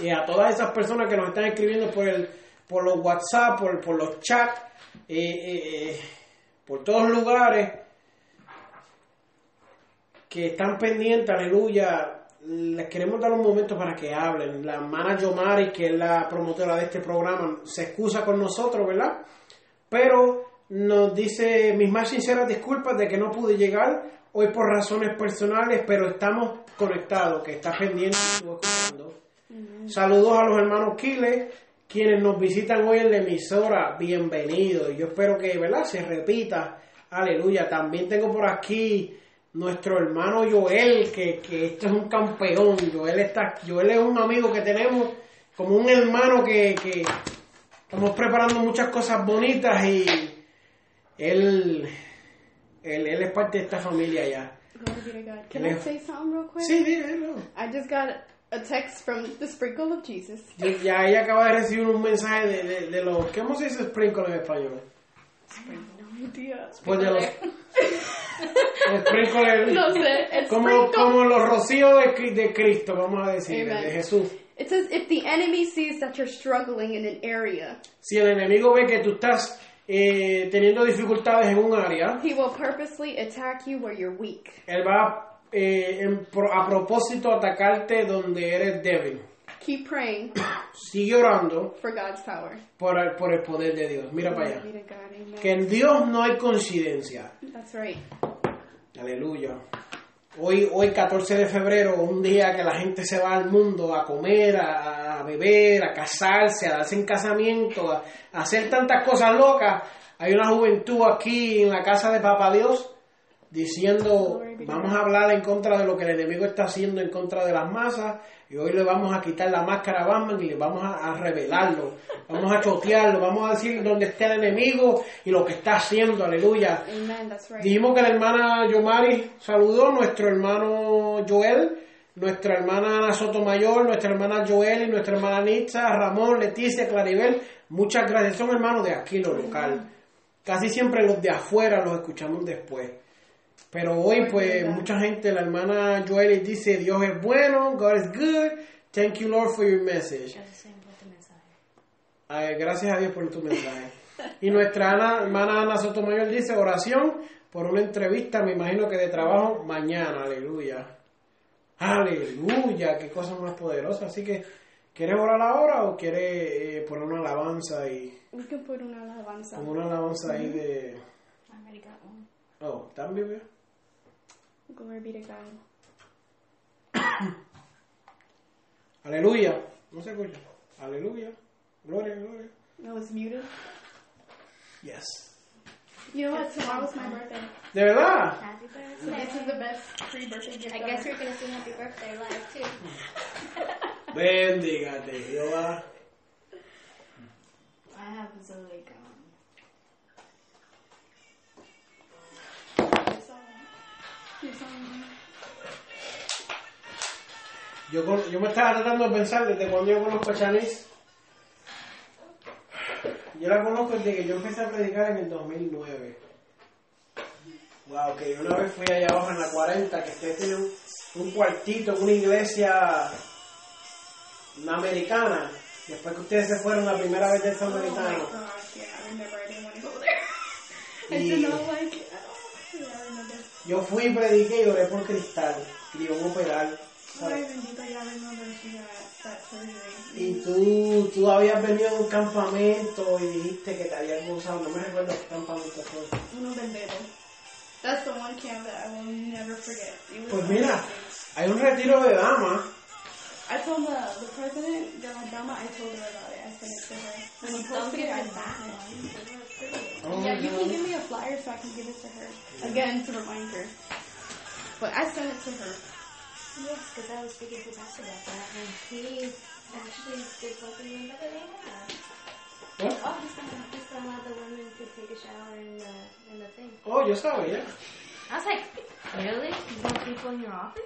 [SPEAKER 1] eh, a todas esas personas que nos están escribiendo por el, por los WhatsApp, por, por los chats, eh, eh, eh, por todos lugares que están pendientes, aleluya. Les queremos dar un momento para que hablen. La hermana Yomari, que es la promotora de este programa, se excusa con nosotros, ¿verdad? pero nos dice mis más sinceras disculpas de que no pude llegar hoy por razones personales, pero estamos conectados, que está pendiente, estuvo escuchando. Saludos a los hermanos Quiles, quienes nos visitan hoy en la emisora, bienvenidos. Yo espero que, ¿verdad?, se repita. Aleluya. También tengo por aquí nuestro hermano Joel, que, que este es un campeón. Joel, está, Joel es un amigo que tenemos, como un hermano que- que, Estamos preparando muchas cosas bonitas y él, él, él es parte de esta familia ya.
[SPEAKER 2] Glory be to God. Can
[SPEAKER 1] Yeah.
[SPEAKER 2] I say something real quick?
[SPEAKER 1] Sí, dígelo.
[SPEAKER 2] I just got a text from the sprinkle of Jesus.
[SPEAKER 1] Y Ya ella acaba de recibir un mensaje de, de, de los... ¿Cómo se dice sprinkle en español?
[SPEAKER 2] No idea.
[SPEAKER 1] Pues de los... los sprinkles-
[SPEAKER 2] No sé. It's
[SPEAKER 1] como,
[SPEAKER 2] sprinkle.
[SPEAKER 1] como los rocíos de, Cri- de Cristo, vamos a decir, de,
[SPEAKER 2] Amen.
[SPEAKER 1] de Jesús.
[SPEAKER 2] It says if the enemy sees that you're struggling in an area,
[SPEAKER 1] Si el enemigo ve que tú estás eh, teniendo dificultades en un área,
[SPEAKER 2] he will purposely attack you where you're weak.
[SPEAKER 1] él va eh, en pro- a propósito a atacarte donde eres débil.
[SPEAKER 2] Keep praying
[SPEAKER 1] Sigue orando.
[SPEAKER 2] for God's power.
[SPEAKER 1] por el, por el poder de Dios. Mira para
[SPEAKER 2] Glory be
[SPEAKER 1] allá.
[SPEAKER 2] to God. Amen.
[SPEAKER 1] Que en Dios no hay coincidencia.
[SPEAKER 2] That's right.
[SPEAKER 1] Aleluya. Hoy, hoy 14 de febrero, un día que la gente se va al mundo a comer, a, a beber, a casarse, a darse en casamiento, a, a hacer tantas cosas locas. Hay una juventud aquí en la casa de Papá Dios diciendo, vamos a hablar en contra de lo que el enemigo está haciendo en contra de las masas y hoy le vamos a quitar la máscara a Batman y le vamos a, a revelarlo, vamos a chotearlo, vamos a decir dónde está el enemigo y lo que está haciendo, aleluya.
[SPEAKER 2] Amen. That's right.
[SPEAKER 1] Dijimos que la hermana Yomari saludó, nuestro hermano Joel, nuestra hermana Ana Sotomayor, nuestra hermana Joel y nuestra hermana Nitza, Ramón, Leticia, Claribel. Muchas gracias, son hermanos de aquí, lo local. Casi siempre los de afuera los escuchamos después. Pero hoy, pues, mucha gente, la hermana Joel dice, Dios es bueno, God is good, thank you Lord for your message. Ay, gracias a Dios por tu mensaje. Y nuestra Ana- hermana Ana Sotomayor dice oración por una entrevista, me imagino que de trabajo mañana, aleluya. Aleluya, qué cosa más poderosa. Así que, ¿quieres orar ahora o quieres eh, poner una alabanza y
[SPEAKER 2] We can put una alabanza.
[SPEAKER 1] como una alabanza ahí de...
[SPEAKER 3] I already got one.
[SPEAKER 1] Oh, también veo.
[SPEAKER 2] Glory be to God.
[SPEAKER 1] Aleluya. No se escucha. Aleluya. Gloria, gloria.
[SPEAKER 2] No, it's muted.
[SPEAKER 1] Yes.
[SPEAKER 2] You know what? Tomorrow's my birthday.
[SPEAKER 1] De verdad.
[SPEAKER 3] Happy
[SPEAKER 2] So this is
[SPEAKER 3] birthday.
[SPEAKER 2] the best free birthday gift.
[SPEAKER 3] I
[SPEAKER 2] ever.
[SPEAKER 3] guess we're gonna sing happy birthday live too.
[SPEAKER 1] Bendígate, Jehová.
[SPEAKER 3] I have a Zoe gone.
[SPEAKER 2] Your song. Your song.
[SPEAKER 1] Yo, con- yo me estaba tratando de pensar desde cuando yo conozco a Chanice. Yo la conozco desde que yo empecé a predicar en el 2009. Wow, que yo una vez fui allá abajo en la 40, que usted tiene un, un cuartito, una iglesia una americana. Después que ustedes se fueron la primera vez del
[SPEAKER 2] Oh my
[SPEAKER 1] samaritano.
[SPEAKER 2] gosh, yeah, I remember I didn't want to go there. I did
[SPEAKER 1] Yeah.
[SPEAKER 2] not like it at all. Yeah, I remember.
[SPEAKER 1] Yo fui y prediqué y oré por cristal. Y iba a operar.
[SPEAKER 2] Ay,
[SPEAKER 1] ¿sabes?
[SPEAKER 2] bendito, yeah, I remember she had that surgery.
[SPEAKER 1] Y tú, tú habías venido a un campamento y dijiste que te habían gozado. No me recuerdo qué campamento fue.
[SPEAKER 2] Uno Bendito. That's the one camp that I will never forget. It was
[SPEAKER 1] Pues mira,
[SPEAKER 2] amazing.
[SPEAKER 1] hay un retiro de damas.
[SPEAKER 2] I told the, the president, de la dama, I told her about it. I sent it to her. When you posted it, I bought it. Yeah, you can give me a flyer so I can give it to her. Again, to remind her. But I sent it to her.
[SPEAKER 3] Yes, because I was speaking to Pastor about that, and he actually did something the other day.
[SPEAKER 1] What?
[SPEAKER 3] Oh, he said he said allowed the women to take a shower in the in the thing.
[SPEAKER 1] Oh, yo sabía.
[SPEAKER 3] I was like, really? You want people in your office?